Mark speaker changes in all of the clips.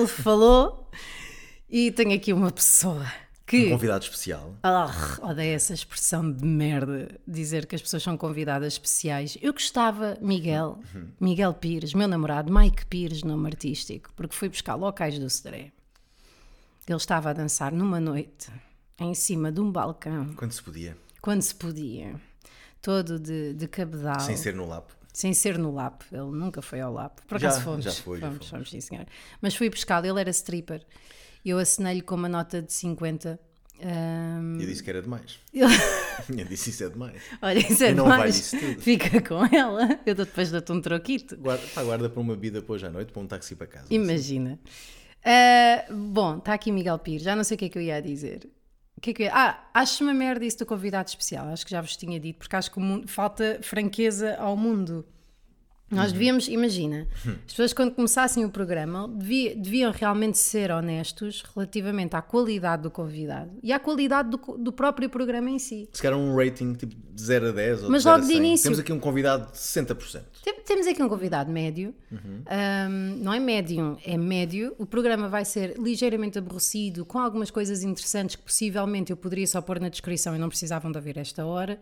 Speaker 1: Ah, falou. E tenho aqui uma pessoa
Speaker 2: Um
Speaker 1: que.
Speaker 2: convidado especial.
Speaker 1: Ah, odeio essa expressão de merda, dizer que as pessoas são convidadas especiais. Eu gostava, Miguel, Miguel Pires, meu namorado, Mike Pires, nome artístico, porque fui buscar locais do Sodré. Ele estava a dançar numa noite, em cima de um balcão,
Speaker 2: Quando se podia.
Speaker 1: quando se podia, todo de, de cabedal.
Speaker 2: Sem ser no lap.
Speaker 1: Sem ser no LAP, ele nunca foi ao LAP. Por
Speaker 2: Já,
Speaker 1: acaso fomos.
Speaker 2: já foi, já
Speaker 1: fomos,
Speaker 2: fomos.
Speaker 1: fomos, sim, senhora. Mas fui buscá-lo, ele era stripper. Eu assinei-lhe com uma nota de 50. Ahm,
Speaker 2: Eu disse que era demais. Eu disse isso é demais.
Speaker 1: Olha, isso é
Speaker 2: E não vale
Speaker 1: demais.
Speaker 2: isso tudo.
Speaker 1: Fica com ela. Eu dou- depois dou-te um troquito.
Speaker 2: Guarda, pá, guarda para uma bebida para hoje à noite, para um táxi para casa.
Speaker 1: Imagina. Ah, bom, está aqui Miguel Pires. Já não sei o que é que eu ia dizer. O que é que eu ia... Ah, acho uma merda isso do convidado especial. Acho que já vos tinha dito, porque acho que o mundo- falta franqueza ao mundo. Nós devíamos, imagina, as pessoas quando começassem o programa devia- deviam realmente ser honestos relativamente à qualidade do convidado e à qualidade do co- do próprio programa em si.
Speaker 2: Se calhar um rating tipo de 0 a 10 ou
Speaker 1: Mas
Speaker 2: de 0
Speaker 1: logo
Speaker 2: a
Speaker 1: de
Speaker 2: 100.
Speaker 1: início.
Speaker 2: Temos aqui um convidado de 60%.
Speaker 1: Tem- Temos aqui um convidado médio. Ahm, não é médium, é médio. O programa vai ser ligeiramente aborrecido, com algumas coisas interessantes que possivelmente eu poderia só pôr na descrição e não precisavam de ouvir esta hora.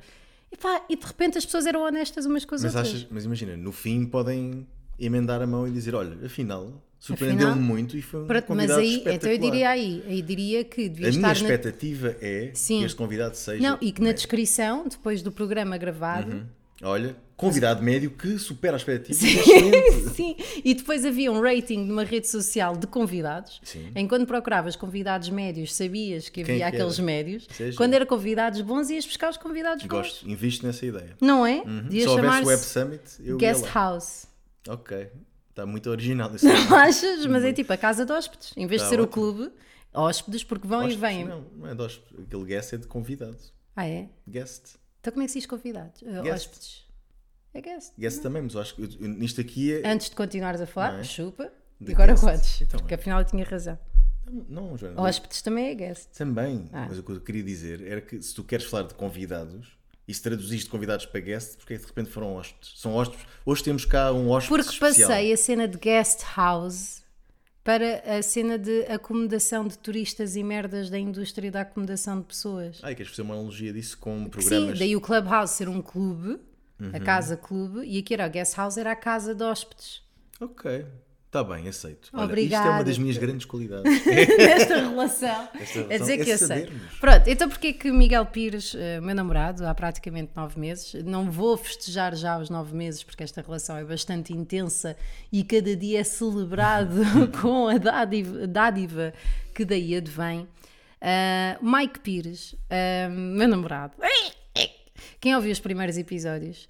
Speaker 1: E, pá, e de repente as pessoas eram honestas umas com as
Speaker 2: Mas,
Speaker 1: outras.
Speaker 2: achas, mas imagina, no fim podem emendar a mão e dizer: olha, afinal, surpreendeu-me
Speaker 1: Afinal,
Speaker 2: muito e foi um
Speaker 1: Pronto, mas
Speaker 2: convidado
Speaker 1: aí, então eu
Speaker 2: espetacular."
Speaker 1: diria aí, aí diria que devia
Speaker 2: A minha
Speaker 1: estar na-
Speaker 2: expectativa é
Speaker 1: Sim.
Speaker 2: que este convidado seja.
Speaker 1: Não, e que na
Speaker 2: médio.
Speaker 1: descrição, depois do programa gravado,
Speaker 2: Uhum. Olha, convidado médio que supera a expectativa. é Excelente.
Speaker 1: Sim, e depois havia um rating numa rede social de convidados.
Speaker 2: Sim.
Speaker 1: Em quando procuravas convidados médios, sabias que
Speaker 2: Quem
Speaker 1: havia
Speaker 2: que era?
Speaker 1: aqueles médios.
Speaker 2: Isso é giro.
Speaker 1: quando eram convidados bons, ias buscar os convidados bons.
Speaker 2: Gosto, invisto nessa ideia.
Speaker 1: Não é?
Speaker 2: Uhum.
Speaker 1: Devia
Speaker 2: Se houvesse Web
Speaker 1: chamar-se
Speaker 2: Summit, eu ia
Speaker 1: Guest
Speaker 2: lá.
Speaker 1: House.
Speaker 2: Ok, está muito original esse nome.
Speaker 1: Não achas? Mas é tipo a casa de hóspedes. Em vez de
Speaker 2: Uhum. Tá
Speaker 1: ser o
Speaker 2: ótimo.
Speaker 1: clube, hóspedes, porque vão
Speaker 2: Hóspedes,
Speaker 1: e vêm.
Speaker 2: Não, não é de hóspede. Aquele guest é de convidado.
Speaker 1: Ah, é?
Speaker 2: Guest.
Speaker 1: Então como é que se diz convidados? Uh,
Speaker 2: Guest.
Speaker 1: Hóspedes. É guest.
Speaker 2: Guest também, mas eu acho que eu- eu- nisto aqui é.
Speaker 1: Antes de continuares a falar,
Speaker 2: Não é?
Speaker 1: chupa.
Speaker 2: De
Speaker 1: E agora
Speaker 2: guest.
Speaker 1: podes.
Speaker 2: Então,
Speaker 1: porque
Speaker 2: é. Uhum.
Speaker 1: afinal eu tinha razão.
Speaker 2: Não, não, Joana.
Speaker 1: Hóspedes também é guest.
Speaker 2: Também.
Speaker 1: Ah.
Speaker 2: Mas o que eu queria dizer era que se tu queres falar de convidados e se traduziste convidados para guest, porque é que de repente foram hóspedes? São hóspedes. Hoje temos cá um hóspede.
Speaker 1: Porque
Speaker 2: especial.
Speaker 1: passei a cena de guest house para a cena de acomodação de turistas e merdas da indústria da acomodação de pessoas.
Speaker 2: Ai, queres fazer uma analogia disso com
Speaker 1: Sim,
Speaker 2: programas? Uhum.
Speaker 1: daí o clubhouse ser um clube, a casa clube, e aqui era o guest house, era a casa de hóspedes.
Speaker 2: Ok. Está bem, aceito. Olha, isto é
Speaker 1: Obrigada.
Speaker 2: uma das minhas grandes qualidades.
Speaker 1: Nesta relação. É
Speaker 2: relação
Speaker 1: dizer que
Speaker 2: é
Speaker 1: eu sei.
Speaker 2: sabermos.
Speaker 1: Pronto, então porque é que Miguel Pires, eh, meu namorado, há praticamente nove meses, não vou festejar já os nove meses porque esta relação é bastante intensa e cada dia é celebrado com a dádiva, dádiva que daí advém. Ah, Mike Pires, ah, meu namorado, quem ouviu os primeiros episódios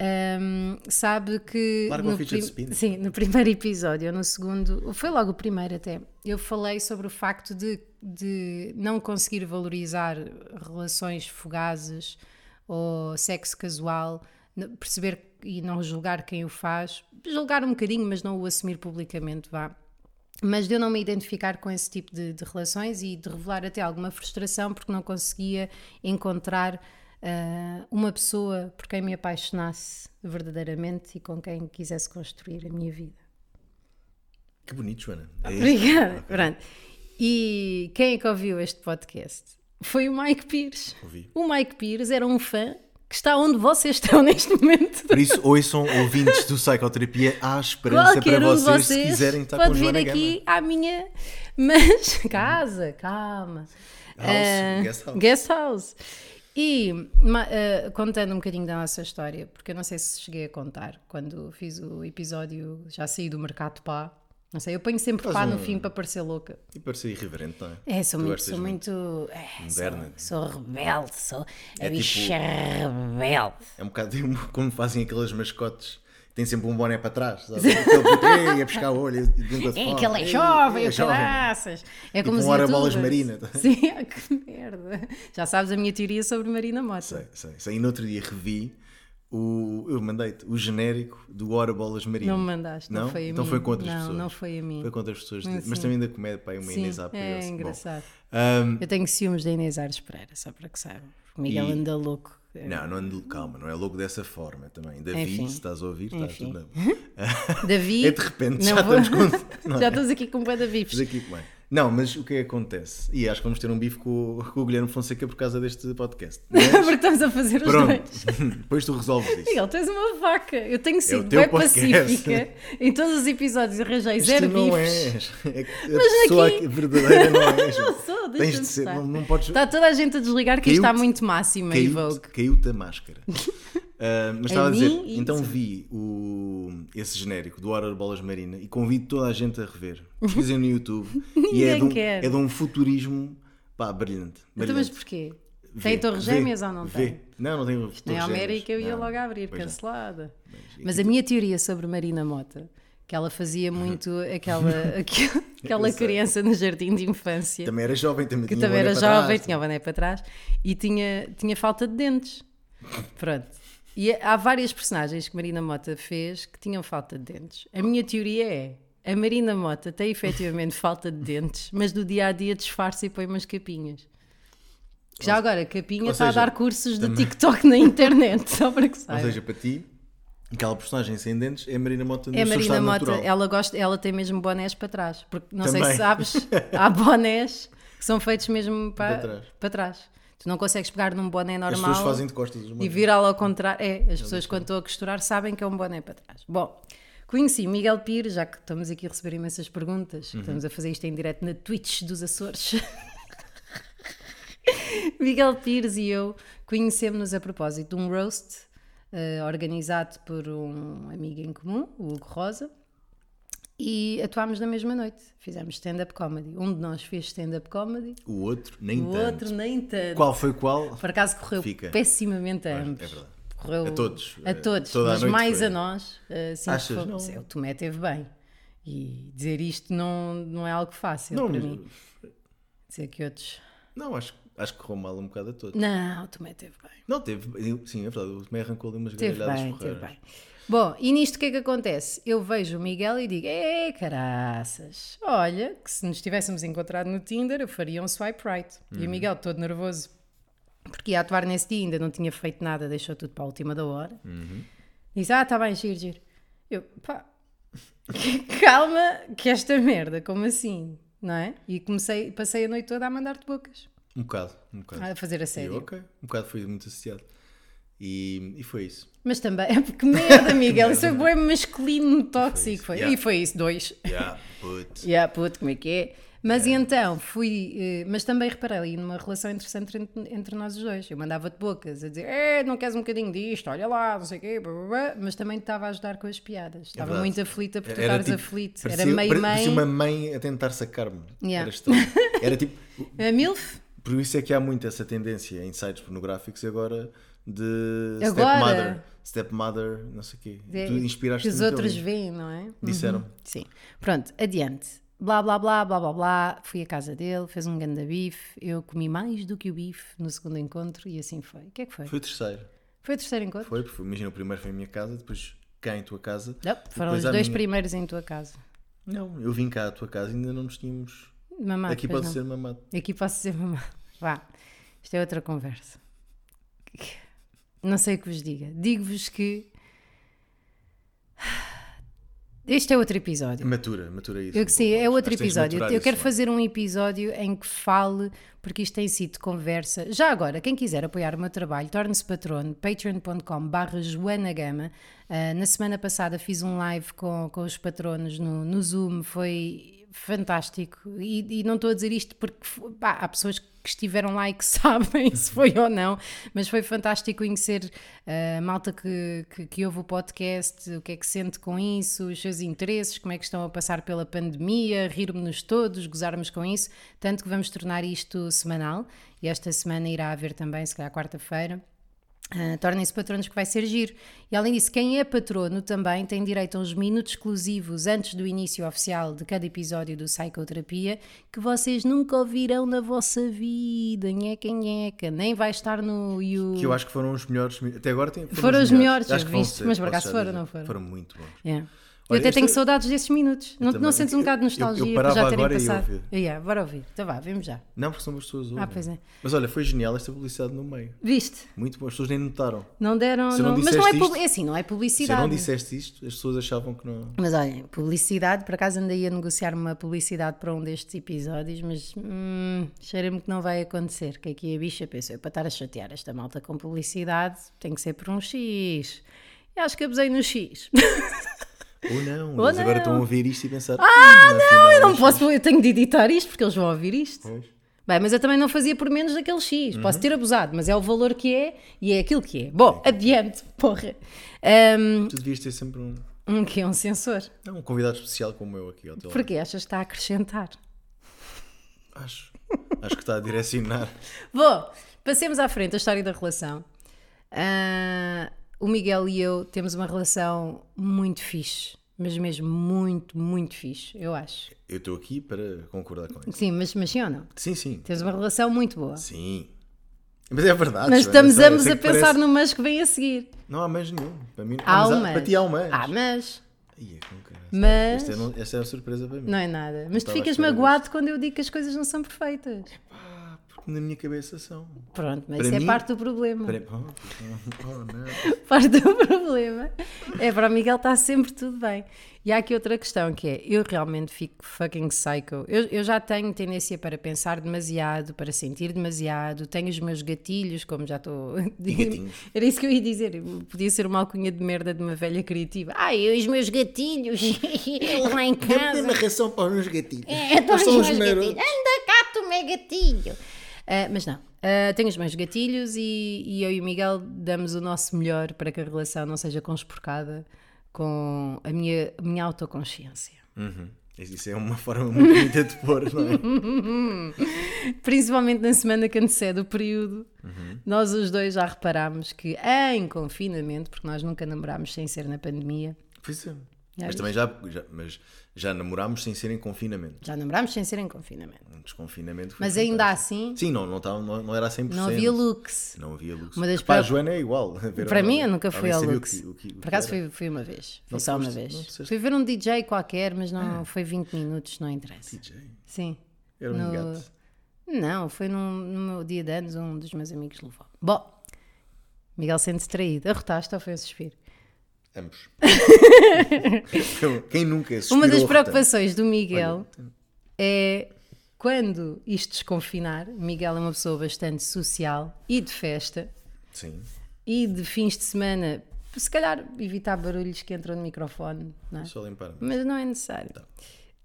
Speaker 1: ah, sabe que.
Speaker 2: Larga o fidget
Speaker 1: prim-
Speaker 2: spinner.
Speaker 1: Sim, no primeiro episódio, ou no segundo, foi logo o primeiro até, eu falei sobre o facto de, de não conseguir valorizar relações fugazes ou sexo casual, n- perceber e não julgar quem o faz, julgar um bocadinho, mas não o assumir publicamente, vá. Mas de eu não me identificar com esse tipo de, de relações e de revelar até alguma frustração porque não conseguia encontrar ah, uma pessoa por quem me apaixonasse verdadeiramente e com quem quisesse construir a minha vida.
Speaker 2: que bonito, Joana. É isto?
Speaker 1: Obrigada. Pronto. E quem é que ouviu este podcast? Foi o Mike Pires.
Speaker 2: Ouvi.
Speaker 1: O Mike Pires era um fã que está onde vocês estão neste momento.
Speaker 2: Por isso, ouçam ouvintes do Psicoterapia, há esperança
Speaker 1: Qualquer
Speaker 2: para
Speaker 1: um de
Speaker 2: vocês, se
Speaker 1: vocês
Speaker 2: quiserem estar com
Speaker 1: pode
Speaker 2: a
Speaker 1: vir
Speaker 2: Joana
Speaker 1: aqui à minha. Mas. Casa, calma.
Speaker 2: House,
Speaker 1: Ah,
Speaker 2: guest house.
Speaker 1: guest house. E ma- ah, contando um bocadinho da nossa história, porque eu não sei se cheguei a contar quando fiz o episódio, já saí do mercado pá. Não sei, eu ponho sempre
Speaker 2: Faz
Speaker 1: pá no
Speaker 2: um-
Speaker 1: fim para parecer louca.
Speaker 2: E parecer irreverente, não é?
Speaker 1: É, sou
Speaker 2: Tu
Speaker 1: muito,
Speaker 2: gostas
Speaker 1: sou muito. é, sou-
Speaker 2: moderna.
Speaker 1: Sou, rebelde, sou a
Speaker 2: É tipo-
Speaker 1: bicha rebelde.
Speaker 2: É um bocado como- como fazem aqueles mascotes. Tem sempre um boné para trás, sabe? Aquele puto, "Ei, a pescar o olho.
Speaker 1: É que ele é jovem, o caraças. É como
Speaker 2: um
Speaker 1: os
Speaker 2: ora-bolas
Speaker 1: youtubers.
Speaker 2: Marina. tá?
Speaker 1: Sim, ah, que merda. Já sabes a minha teoria sobre Marina Mota.
Speaker 2: Sei, sei, sei. E no outro dia revi o. Eu mandei-te o genérico do Ora Bolas Marinho.
Speaker 1: Não me mandaste, não, foi a
Speaker 2: então
Speaker 1: mim.
Speaker 2: foi com outras
Speaker 1: não,
Speaker 2: pessoas.
Speaker 1: Não, foi a mim.
Speaker 2: Foi com outras pessoas.
Speaker 1: Mas
Speaker 2: Mas
Speaker 1: sim.
Speaker 2: também da comédia, pá, uma
Speaker 1: Sim,
Speaker 2: Inês à
Speaker 1: é
Speaker 2: Bom,
Speaker 1: engraçado.
Speaker 2: ahm,
Speaker 1: Eu tenho ciúmes da Inês Aires Pereira, só para que saibam. O Miguel
Speaker 2: E-
Speaker 1: anda louco
Speaker 2: Não, não ando- calma, não é logo dessa forma também. Davi,
Speaker 1: Enfim.
Speaker 2: se estás a ouvir, estás
Speaker 1: Enfim.
Speaker 2: tudo
Speaker 1: Davi.
Speaker 2: É de repente,
Speaker 1: não
Speaker 2: já
Speaker 1: vou-
Speaker 2: estamos com. não
Speaker 1: já
Speaker 2: é?
Speaker 1: estamos aqui com um o da Vives.
Speaker 2: Mas aqui como é? Não, mas o que é que acontece? E acho que vamos ter um bife com, o- com o Guilherme Fonseca por causa deste podcast.
Speaker 1: Porque estamos a fazer os
Speaker 2: Pronto,
Speaker 1: dois.
Speaker 2: depois tu resolves isso.
Speaker 1: Miguel, tu és uma vaca. Eu tenho sido
Speaker 2: É teu
Speaker 1: bem
Speaker 2: podcast.
Speaker 1: pacífica em todos os episódios. Arranjei
Speaker 2: Mas
Speaker 1: zero
Speaker 2: tu não
Speaker 1: bifes.
Speaker 2: és. É que a
Speaker 1: Mas
Speaker 2: pessoa
Speaker 1: aqui-
Speaker 2: aqui... verdadeira não és.
Speaker 1: Não sou, deixa-me
Speaker 2: Tens de ser,
Speaker 1: estar.
Speaker 2: não, não podes.
Speaker 1: Está toda a gente a desligar que isto está
Speaker 2: Caiu-te-
Speaker 1: muito máximo em Vogue.
Speaker 2: Caiu-te caiu a máscara. Ah, mas estava a dizer,
Speaker 1: mim e-
Speaker 2: então vi o, esse genérico do Hora de Bolas Marina e convido toda a gente a rever. Pesquisem no YouTube. e é
Speaker 1: Ninguém
Speaker 2: de, um,
Speaker 1: quer.
Speaker 2: é de um futurismo pá, brilhante.
Speaker 1: Então,
Speaker 2: brilhante.
Speaker 1: mas porquê?
Speaker 2: Vê,
Speaker 1: tem torres
Speaker 2: vê,
Speaker 1: gêmeas ou não
Speaker 2: vê.
Speaker 1: tem?
Speaker 2: Não, não tem torres
Speaker 1: Na
Speaker 2: gêmeas.
Speaker 1: América eu ia
Speaker 2: Não,
Speaker 1: logo abrir,
Speaker 2: pois é. não.
Speaker 1: cancelada.
Speaker 2: e tipo?
Speaker 1: Mas a minha teoria sobre Marina Mota, que ela fazia muito aquela, aquela, aquela
Speaker 2: Eu sei.
Speaker 1: criança no jardim de infância,
Speaker 2: Também era jovem, também
Speaker 1: que
Speaker 2: tinha
Speaker 1: também
Speaker 2: olho
Speaker 1: era
Speaker 2: para
Speaker 1: jovem,
Speaker 2: trás.
Speaker 1: tinha o boné para trás, e tinha, tinha falta de dentes. Pronto. E há várias personagens que Marina Mota fez que tinham falta de dentes. A minha teoria é. A Marina Mota tem efetivamente falta de dentes, mas no dia a dia disfarça e põe umas capinhas. Já agora, capinha
Speaker 2: ou
Speaker 1: está a
Speaker 2: seja,
Speaker 1: dar cursos de TikTok na internet, só para que
Speaker 2: Ou
Speaker 1: saiba.
Speaker 2: seja, para ti, aquela personagem sem dentes é a Marina Mota no
Speaker 1: É a
Speaker 2: seu
Speaker 1: Marina
Speaker 2: estado
Speaker 1: Mota,
Speaker 2: natural.
Speaker 1: ela, gosta, ela tem mesmo bonés para trás. Porque não sei
Speaker 2: Também.
Speaker 1: se sabes, há bonés que são feitos mesmo para, para,
Speaker 2: Para
Speaker 1: trás.
Speaker 2: trás.
Speaker 1: Tu não consegues pegar num boné
Speaker 2: As
Speaker 1: normal
Speaker 2: pessoas fazem de costas. uma-
Speaker 1: e virá-lo ao contrário. É, as pessoas quando estão a costurar sabem que é um boné para trás. Bom, conheci Miguel Pires, já que estamos aqui a receber imensas perguntas, que
Speaker 2: Uhum.
Speaker 1: estamos a fazer isto em direto na Twitch dos Açores. Miguel Pires e eu conhecemos-nos a propósito de um roast eh, organizado por um amigo em comum, o Hugo Rosa, e atuámos na mesma noite. Fizemos stand-up comedy. Um de nós fez stand-up comedy,
Speaker 2: O outro, nem
Speaker 1: o
Speaker 2: tanto.
Speaker 1: outro nem tanto.
Speaker 2: Qual foi qual?
Speaker 1: Por acaso correu
Speaker 2: Fica.
Speaker 1: pessimamente a
Speaker 2: Pois,
Speaker 1: ambos.
Speaker 2: é verdade.
Speaker 1: Correu
Speaker 2: A todos.
Speaker 1: A
Speaker 2: Eh,
Speaker 1: todos,
Speaker 2: toda a
Speaker 1: mas
Speaker 2: noite
Speaker 1: mais
Speaker 2: foi.
Speaker 1: a nós. eh, Assim,
Speaker 2: Achas?
Speaker 1: foi-
Speaker 2: Não.
Speaker 1: Sim, O Tomé teve bem. E dizer isto não, não é algo fácil
Speaker 2: Não,
Speaker 1: para
Speaker 2: mas-
Speaker 1: mim. Dizer que outros.
Speaker 2: não acho, acho que correu mal um bocado a todos.
Speaker 1: Não, o Tomé teve bem.
Speaker 2: Não, teve. Sim, é verdade. O Tomé arrancou ali umas
Speaker 1: Teve
Speaker 2: gargalhadas
Speaker 1: bem, teve
Speaker 2: porreiras.
Speaker 1: bem. Bom, e nisto o que é que acontece? Eu vejo o Miguel e digo: é caraças, olha, que se nos tivéssemos encontrado no Tinder, eu faria um swipe right. E o Miguel, todo nervoso, porque ia atuar nesse dia, ainda não tinha feito nada, deixou tudo para a última da hora. Diz: ah, está bem, giro, giro. Eu, pá, calma, que esta merda, como assim? Não é? E comecei, passei a noite toda a mandar-te bocas,
Speaker 2: Um bocado, um bocado.
Speaker 1: a fazer a
Speaker 2: E eu,
Speaker 1: Ah, sério.
Speaker 2: ok. Um bocado foi muito associado. E, e foi isso.
Speaker 1: Mas também, que merda, Miguel, isso foi bem masculino, tóxico. Foi.
Speaker 2: yeah.
Speaker 1: E foi isso, dois.
Speaker 2: Yeah, put.
Speaker 1: Yeah, puto, como é que é? Mas e então fui, eh, mas também reparei ali numa relação interessante entre, entre nós os dois. Eu mandava-te bocas a dizer, eh, não queres um bocadinho disto, olha lá, não sei o quê, blá, blá, blá", mas também te estava a ajudar com as piadas. Estava
Speaker 2: É verdade.
Speaker 1: muito aflita por tu
Speaker 2: Era
Speaker 1: estares
Speaker 2: tipo-
Speaker 1: aflito.
Speaker 2: parecia-
Speaker 1: Era meio mãe.
Speaker 2: Parecia uma mãe a tentar sacar-me.
Speaker 1: Yeah.
Speaker 2: Era estranho. Era tipo.
Speaker 1: A É MILF?
Speaker 2: Por isso é que há muito essa tendência em sites pornográficos agora de
Speaker 1: Agora? É
Speaker 2: stepmother, stepmother, não sei o quê. tu inspiraste
Speaker 1: que os outros veem, não é?
Speaker 2: Disseram.
Speaker 1: Sim. Pronto, adiante. Blá, blá, blá, blá, blá, blá. Fui à casa dele, fez um ganda bife. Eu comi mais do que o bife no segundo encontro e assim foi. O que é que foi? Foi,
Speaker 2: Foi o terceiro.
Speaker 1: o terceiro encontro?
Speaker 2: Foi, porque imagina, o primeiro foi em minha casa, depois cá em tua casa.
Speaker 1: Não, foram os
Speaker 2: Depois à
Speaker 1: dois
Speaker 2: minha-
Speaker 1: primeiros em tua casa.
Speaker 2: Não, eu vim cá à tua casa e ainda não nos tínhamos.
Speaker 1: Mamá,
Speaker 2: Aqui
Speaker 1: Ah, pois
Speaker 2: pode
Speaker 1: não.
Speaker 2: ser mamado.
Speaker 1: Aqui posso dizer mamá. Vá, isto é outra conversa. Não sei o que vos diga. Digo-vos que. Este é outro episódio.
Speaker 2: Matura, matura isso.
Speaker 1: Eu
Speaker 2: um
Speaker 1: que sim,
Speaker 2: pouco.
Speaker 1: é outro
Speaker 2: Acho que tens de
Speaker 1: episódio.
Speaker 2: maturar
Speaker 1: Eu
Speaker 2: isso,
Speaker 1: quero
Speaker 2: não é?
Speaker 1: fazer um episódio em que fale, porque isto tem sido conversa. Já agora, quem quiser apoiar o meu trabalho, torne-se patrono, patreon.com barra Joana Gama. Ah, na semana passada fiz um live com, com os patronos no, no Zoom, foi fantástico. E, e não estou a dizer isto porque pá, há pessoas que estiveram lá e que sabem se foi ou não, mas foi fantástico conhecer a malta que, que, que ouve o podcast, o que é que sente com isso, os seus interesses, como é que estão a passar pela pandemia, rirmos-nos todos, gozarmos com isso, tanto que vamos tornar isto semanal e esta semana irá haver também, se calhar quarta-feira. Ah, Tornem-se patronos que vai ser giro. E além disso, quem é patrono também tem direito a uns minutos exclusivos antes do início oficial de cada episódio do Psicoterapia que vocês nunca ouvirão na vossa vida. Nheca, nheca. Nem vai estar no YouTube.
Speaker 2: Que eu acho que foram os melhores. Até agora tem,
Speaker 1: Foram os melhores,
Speaker 2: Acho
Speaker 1: eu
Speaker 2: que vão
Speaker 1: visto,
Speaker 2: ser,
Speaker 1: mas por
Speaker 2: posso
Speaker 1: acaso
Speaker 2: já
Speaker 1: foram,
Speaker 2: dizer.
Speaker 1: não foram?
Speaker 2: Foram muito bons.
Speaker 1: É. Eu
Speaker 2: Olha,
Speaker 1: até tenho
Speaker 2: esta-
Speaker 1: saudades desses minutos. Não,
Speaker 2: também.
Speaker 1: não sentes um bocado de
Speaker 2: Eu- eu
Speaker 1: nostalgia por
Speaker 2: parava
Speaker 1: já terem
Speaker 2: agora e ia
Speaker 1: passado?
Speaker 2: ouvir.
Speaker 1: Yeah, bora ouvir. Então vá, vemos já.
Speaker 2: Não, porque são as pessoas ouvem.
Speaker 1: Ah, pois é.
Speaker 2: Mas olha, foi genial esta publicidade no meio.
Speaker 1: Viste?
Speaker 2: Muito bom, as pessoas nem notaram.
Speaker 1: Não deram.
Speaker 2: Se eu não
Speaker 1: Mas não é,
Speaker 2: disseste
Speaker 1: pub-
Speaker 2: isto-
Speaker 1: é assim, não é
Speaker 2: Se eu
Speaker 1: publicidade.
Speaker 2: não disseste isto, as pessoas achavam que não.
Speaker 1: Mas olha, publicidade, por acaso andei a negociar uma publicidade para um destes episódios, mas hum, cheira-me que não vai acontecer, que aqui a bicha pensou, eu para estar a chatear esta malta com publicidade, tem que ser por um X. E acho que abusei no X.
Speaker 2: Ou não,
Speaker 1: Ou
Speaker 2: eles agora
Speaker 1: não.
Speaker 2: estão a ouvir isto e pensar. Ah, não,
Speaker 1: Eu não posso, eu tenho de editar isto porque eles vão ouvir isto.
Speaker 2: Pois.
Speaker 1: Bem, mas eu também não fazia por menos daquele X. Posso ter abusado, mas é o valor que é e é aquilo que é. Bom, adiante, porra. Hum,
Speaker 2: Tu devias ter sempre um,
Speaker 1: Um que é um sensor.
Speaker 2: não, um convidado especial como eu aqui ao teu lado.
Speaker 1: Porque achas que está a acrescentar?
Speaker 2: Acho, acho que está a direcionar.
Speaker 1: Bom, passemos à frente a história da relação. Ah, o Miguel e eu temos uma relação muito fixe, mas mesmo muito, muito fixe, eu acho.
Speaker 2: Eu estou aqui para concordar com isso.
Speaker 1: Sim, mas, mas sim ou não?
Speaker 2: Sim, sim.
Speaker 1: Temos uma relação muito boa.
Speaker 2: Sim. Mas é verdade.
Speaker 1: Mas
Speaker 2: Joana,
Speaker 1: estamos
Speaker 2: eu sei- eu
Speaker 1: ambos
Speaker 2: sei
Speaker 1: a
Speaker 2: que
Speaker 1: pensar
Speaker 2: parece-
Speaker 1: no mas que vem a seguir.
Speaker 2: Não há mais nenhum. Para mim,
Speaker 1: Há
Speaker 2: mas
Speaker 1: um
Speaker 2: Para
Speaker 1: mas.
Speaker 2: ti há um mais.
Speaker 1: Ah, mas.
Speaker 2: Ai, é com caralho.
Speaker 1: Mas-
Speaker 2: Esta é, não- esta é uma surpresa para mim.
Speaker 1: Não é nada. Mas tu
Speaker 2: estava à
Speaker 1: ficas
Speaker 2: espera
Speaker 1: magoado quando eu digo que as coisas não são perfeitas.
Speaker 2: Ah, porque na minha cabeça são.
Speaker 1: Pronto, mas
Speaker 2: Para
Speaker 1: isso
Speaker 2: mim-
Speaker 1: é parte do problema.
Speaker 2: Peraí, oh, oh, não.
Speaker 1: parte do problema. É para o Miguel está sempre tudo bem. E há aqui outra questão que é: eu realmente fico fucking psycho. Eu, eu já tenho tendência para pensar demasiado, para sentir demasiado, tenho os meus gatilhos, como já estou.
Speaker 2: gatinhos.
Speaker 1: Era isso que eu ia dizer. Podia ser uma alcunha de merda de uma velha criativa. Ah, eu e os meus gatilhos lá em casa.
Speaker 2: ração para os gatilhos.
Speaker 1: É,
Speaker 2: Eles são
Speaker 1: os meus
Speaker 2: os
Speaker 1: gatilhos.
Speaker 2: marotos.
Speaker 1: Anda cá, tu meu gatilho. Ah, mas não, Ah, tenho os meus gatilhos e, e eu e o Miguel damos o nosso melhor para que a relação não seja conspurcada com a minha, a minha autoconsciência.
Speaker 2: Uhum. Isso é uma forma muito bonita de pôr, não é?
Speaker 1: Principalmente na semana que antecede o período,
Speaker 2: Uhum.
Speaker 1: nós os dois já reparámos que em confinamento, porque nós nunca namorámos sem ser na pandemia,
Speaker 2: Pois é.
Speaker 1: Já
Speaker 2: Mas
Speaker 1: viste?
Speaker 2: também já, já, mas já namorámos sem ser em confinamento.
Speaker 1: já namorámos sem ser em confinamento.
Speaker 2: Um desconfinamento foi
Speaker 1: Mas ainda
Speaker 2: fantástico.
Speaker 1: assim,
Speaker 2: Sim, não, não, estava, não, não era a 100%.
Speaker 1: não havia looks.
Speaker 2: Não havia luz.
Speaker 1: Uma das
Speaker 2: Pá, a
Speaker 1: prov-
Speaker 2: Joana é igual. a ver
Speaker 1: Para
Speaker 2: ou não.
Speaker 1: mim, eu nunca fui
Speaker 2: Alguém
Speaker 1: ao
Speaker 2: sabia o
Speaker 1: Lux.
Speaker 2: que- o que- o que
Speaker 1: Por acaso
Speaker 2: era?
Speaker 1: fui, fui uma vez. Fui
Speaker 2: Não Ah.
Speaker 1: só uma
Speaker 2: foste, não
Speaker 1: vez.
Speaker 2: disseste.
Speaker 1: Fui ver um DJ qualquer, mas não foi 20 minutos, não interessa.
Speaker 2: DJ.
Speaker 1: Sim.
Speaker 2: Era um
Speaker 1: No-
Speaker 2: gato.
Speaker 1: Não, foi num, no meu dia de anos, um dos meus amigos levou. Bom, Miguel sente-se traído. Arrotaste ou foi um suspiro?
Speaker 2: Ambos. Quem nunca suspirou
Speaker 1: Uma das
Speaker 2: retando?
Speaker 1: preocupações do Miguel é quando isto desconfinar. Miguel é uma pessoa bastante social e de festa.
Speaker 2: Sim.
Speaker 1: E de fins de semana, se calhar evitar barulhos que entram no microfone, não é?
Speaker 2: Só limpar.
Speaker 1: Mas não é necessário.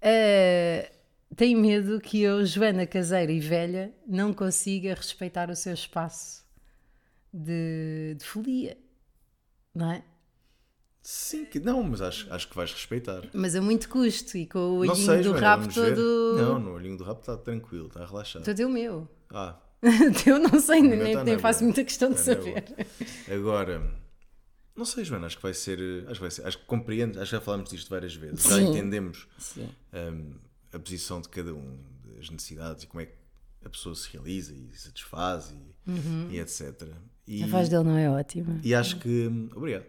Speaker 1: Eh, tem medo que eu, Joana caseira e velha, não consiga respeitar o seu espaço de, de folia, não é?
Speaker 2: Sim, que não, mas acho, acho que vais respeitar.
Speaker 1: Mas a muito custo e com o
Speaker 2: Não
Speaker 1: olhinho
Speaker 2: sei,
Speaker 1: do
Speaker 2: Joana,
Speaker 1: rabo
Speaker 2: vamos ver.
Speaker 1: todo.
Speaker 2: Não, no olhinho do rabo está tranquilo, está relaxado.
Speaker 1: Todo é o meu.
Speaker 2: Ah,
Speaker 1: eu não sei, nem,
Speaker 2: meu tá
Speaker 1: nem
Speaker 2: na
Speaker 1: faço
Speaker 2: boa.
Speaker 1: muita questão de
Speaker 2: Tá na
Speaker 1: saber.
Speaker 2: Agora, não sei, Joana, acho que vai ser. Acho que, vai ser, acho que compreendo, acho que já falámos disto várias vezes. Já
Speaker 1: Sim.
Speaker 2: entendemos
Speaker 1: Sim.
Speaker 2: hum, a posição de cada um, as necessidades e como é que a pessoa se realiza e satisfaz e,
Speaker 1: Uhum.
Speaker 2: e etc. E,
Speaker 1: A voz dele não é ótima.
Speaker 2: e acho que. Obrigado.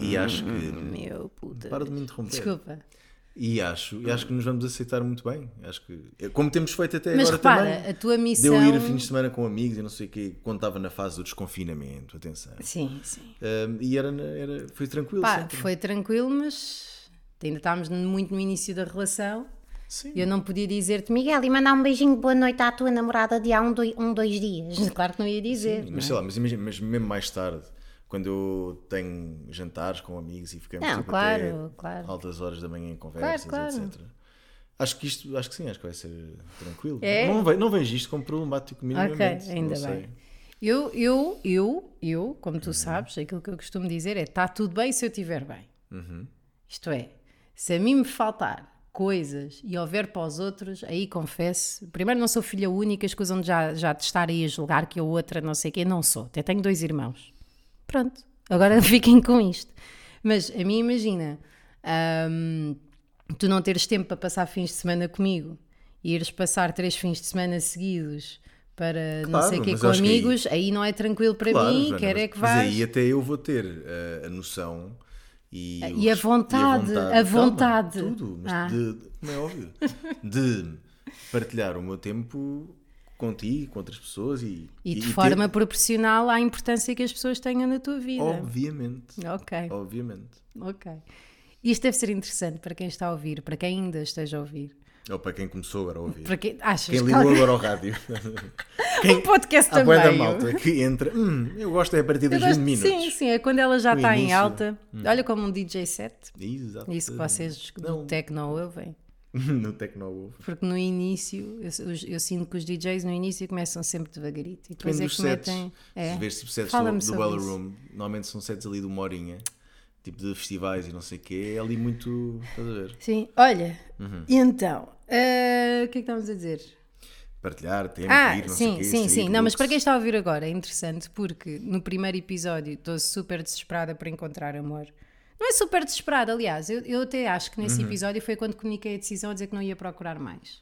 Speaker 2: E acho que.
Speaker 1: Uhum. Meu puta.
Speaker 2: Para de me interromper.
Speaker 1: Desculpa.
Speaker 2: E acho, e acho que nos vamos aceitar muito bem. Acho que, é como temos feito até
Speaker 1: Mas
Speaker 2: agora
Speaker 1: repara,
Speaker 2: também.
Speaker 1: a tua
Speaker 2: De
Speaker 1: missão.
Speaker 2: eu ir a fins de semana com amigos e não sei o quê, quando estava na fase do desconfinamento, atenção.
Speaker 1: Sim, sim.
Speaker 2: Hum, e era, na- era, foi tranquilo
Speaker 1: Pá,
Speaker 2: sempre.
Speaker 1: foi tranquilo, mas ainda estávamos muito no início da relação.
Speaker 2: Sim.
Speaker 1: Eu não podia dizer-te, Miguel,
Speaker 3: Miguel, e mandar um beijinho de boa noite à tua namorada de há um, doi- um dois dias.
Speaker 1: claro que não é? ia dizer.
Speaker 2: Mas sei lá, mas, imagina, mas mesmo mais tarde, quando eu tenho jantares com amigos e ficamos
Speaker 1: Não,
Speaker 2: tipo,
Speaker 1: claro,
Speaker 2: até
Speaker 1: claro.
Speaker 2: altas horas da manhã em conversas,
Speaker 1: Claro, claro.
Speaker 2: etc. Acho que isto, acho que sim, acho que vai ser tranquilo.
Speaker 1: É?
Speaker 2: Não, ve- não vejo isto como problemático
Speaker 1: Ok,
Speaker 2: minimamente.
Speaker 1: ainda
Speaker 2: não
Speaker 1: bem.
Speaker 2: sei.
Speaker 1: Eu, eu, eu, eu, como tu sabes, aquilo que eu costumo dizer é: está tudo bem se eu estiver bem. Isto é, se a mim me faltar coisas e houver para os outros, aí confesso. Primeiro, não sou filha única, escusam de já, já de estar aí a julgar que a outra não sei o quê. Não sou, até tenho dois irmãos. Pronto, agora fiquem com isto. Mas a mim, imagina, hum, tu não teres tempo para passar fins de semana comigo e ires passar três fins de semana seguidos para não
Speaker 2: Claro,
Speaker 1: sei o quê
Speaker 2: mas
Speaker 1: com
Speaker 2: acho que aí-
Speaker 1: amigos, aí... não é tranquilo para
Speaker 2: Claro,
Speaker 1: mim,
Speaker 2: Joana,
Speaker 1: quer
Speaker 2: mas-
Speaker 1: é que
Speaker 2: mas
Speaker 1: vais.
Speaker 2: aí até eu vou ter eh, a noção e,
Speaker 1: E
Speaker 2: o
Speaker 1: a
Speaker 2: res-
Speaker 1: vontade, a vontade.
Speaker 2: Calma, tudo, mas
Speaker 1: Ah.
Speaker 2: de, como é óbvio, de partilhar o meu tempo contigo, com outras pessoas e,
Speaker 1: E de
Speaker 2: ter-
Speaker 1: forma proporcional à importância que as pessoas tenham na tua vida.
Speaker 2: obviamente,
Speaker 1: Ok,
Speaker 2: obviamente.
Speaker 1: ok. Isto deve ser interessante para quem está a ouvir, para quem ainda esteja a ouvir.
Speaker 2: Ou para quem começou agora a ouvir.
Speaker 1: Para quem, achas
Speaker 2: Quem
Speaker 1: que
Speaker 2: ligou
Speaker 1: alguém-
Speaker 2: agora ao rádio.
Speaker 1: um podcast
Speaker 2: Há
Speaker 1: também.
Speaker 2: boa da malta que entra. "Hum, eu gosto é a partir
Speaker 1: Eu
Speaker 2: dos 20
Speaker 1: gosto-
Speaker 2: minutos.
Speaker 1: Sim, sim, é quando ela já
Speaker 2: No
Speaker 1: está em
Speaker 2: início. Hum.
Speaker 1: alta. Olha como um DJ set.
Speaker 2: Exato.
Speaker 1: Isso que vocês do
Speaker 2: Não.
Speaker 1: techno ouvem.
Speaker 2: no Tecnobo.
Speaker 1: Porque no início, eu, eu- eu sinto que os DJs no início começam sempre devagarito. E depois
Speaker 2: Depende
Speaker 1: é
Speaker 2: dos
Speaker 1: que
Speaker 2: sets.
Speaker 1: metem.
Speaker 2: Se
Speaker 1: É.
Speaker 2: vês tipo sets
Speaker 1: Fala-me
Speaker 2: do, do
Speaker 1: sobre
Speaker 2: Bell
Speaker 1: isso.
Speaker 2: Room, normalmente são sets ali de uma horinha, tipo de festivais e não sei o quê, é ali muito. Estás a ver?
Speaker 1: Sim, olha,
Speaker 2: Uhum.
Speaker 1: e então, eh, o que é que estamos a dizer?
Speaker 2: Partilhar, tempo,
Speaker 1: Ah,
Speaker 2: ir, não sei o
Speaker 1: sim,
Speaker 2: quê.
Speaker 1: sim,
Speaker 2: sair,
Speaker 1: sim. Não, mas
Speaker 2: looks.
Speaker 1: para quem está a ouvir agora é interessante porque no primeiro episódio estou super desesperada para encontrar amor. Não é super desesperada, aliás, eu, eu até acho que
Speaker 2: Uhum.
Speaker 1: nesse episódio foi quando comuniquei a decisão a dizer que não ia procurar mais.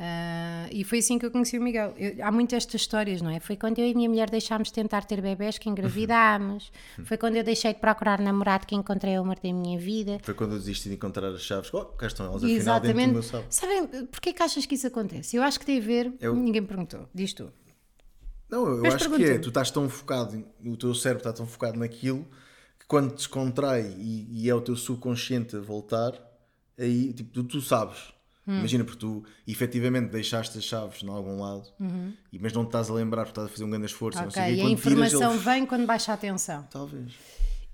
Speaker 1: Ah, e foi assim que eu conheci o Miguel. Eu- há muitas estas histórias, não é?
Speaker 3: Foi quando eu e a minha mulher deixámos de tentar ter bebés que engravidámos. Foi quando eu deixei de procurar namorado que encontrei o amor da minha vida.
Speaker 2: Foi quando eu desisti de encontrar as chaves. Oh, cá estão elas, afinal, dentro do meu
Speaker 1: Exatamente.
Speaker 2: sapo.
Speaker 1: Sabem, porquê que achas que isso acontece? Eu acho que tem a ver.
Speaker 2: Eu-
Speaker 1: Ninguém me perguntou, diz tu.
Speaker 2: Não, eu
Speaker 1: Mas
Speaker 2: acho que é.
Speaker 1: pergunta-me.
Speaker 2: Tu estás tão focado, em- o teu cérebro está tão focado naquilo que quando descontrai e, e é o teu subconsciente a voltar, aí tipo, tu, tu sabes.
Speaker 1: Hum.
Speaker 2: Imagina, porque tu efetivamente deixaste as chaves em algum lado, e, mas não te estás a lembrar porque estás a fazer um grande esforço. e não
Speaker 1: Uhum. Ok,
Speaker 2: sei o quê,
Speaker 1: e a
Speaker 2: quando tiras,
Speaker 1: informação
Speaker 2: ele-
Speaker 1: vem quando baixa a atenção.
Speaker 2: Talvez.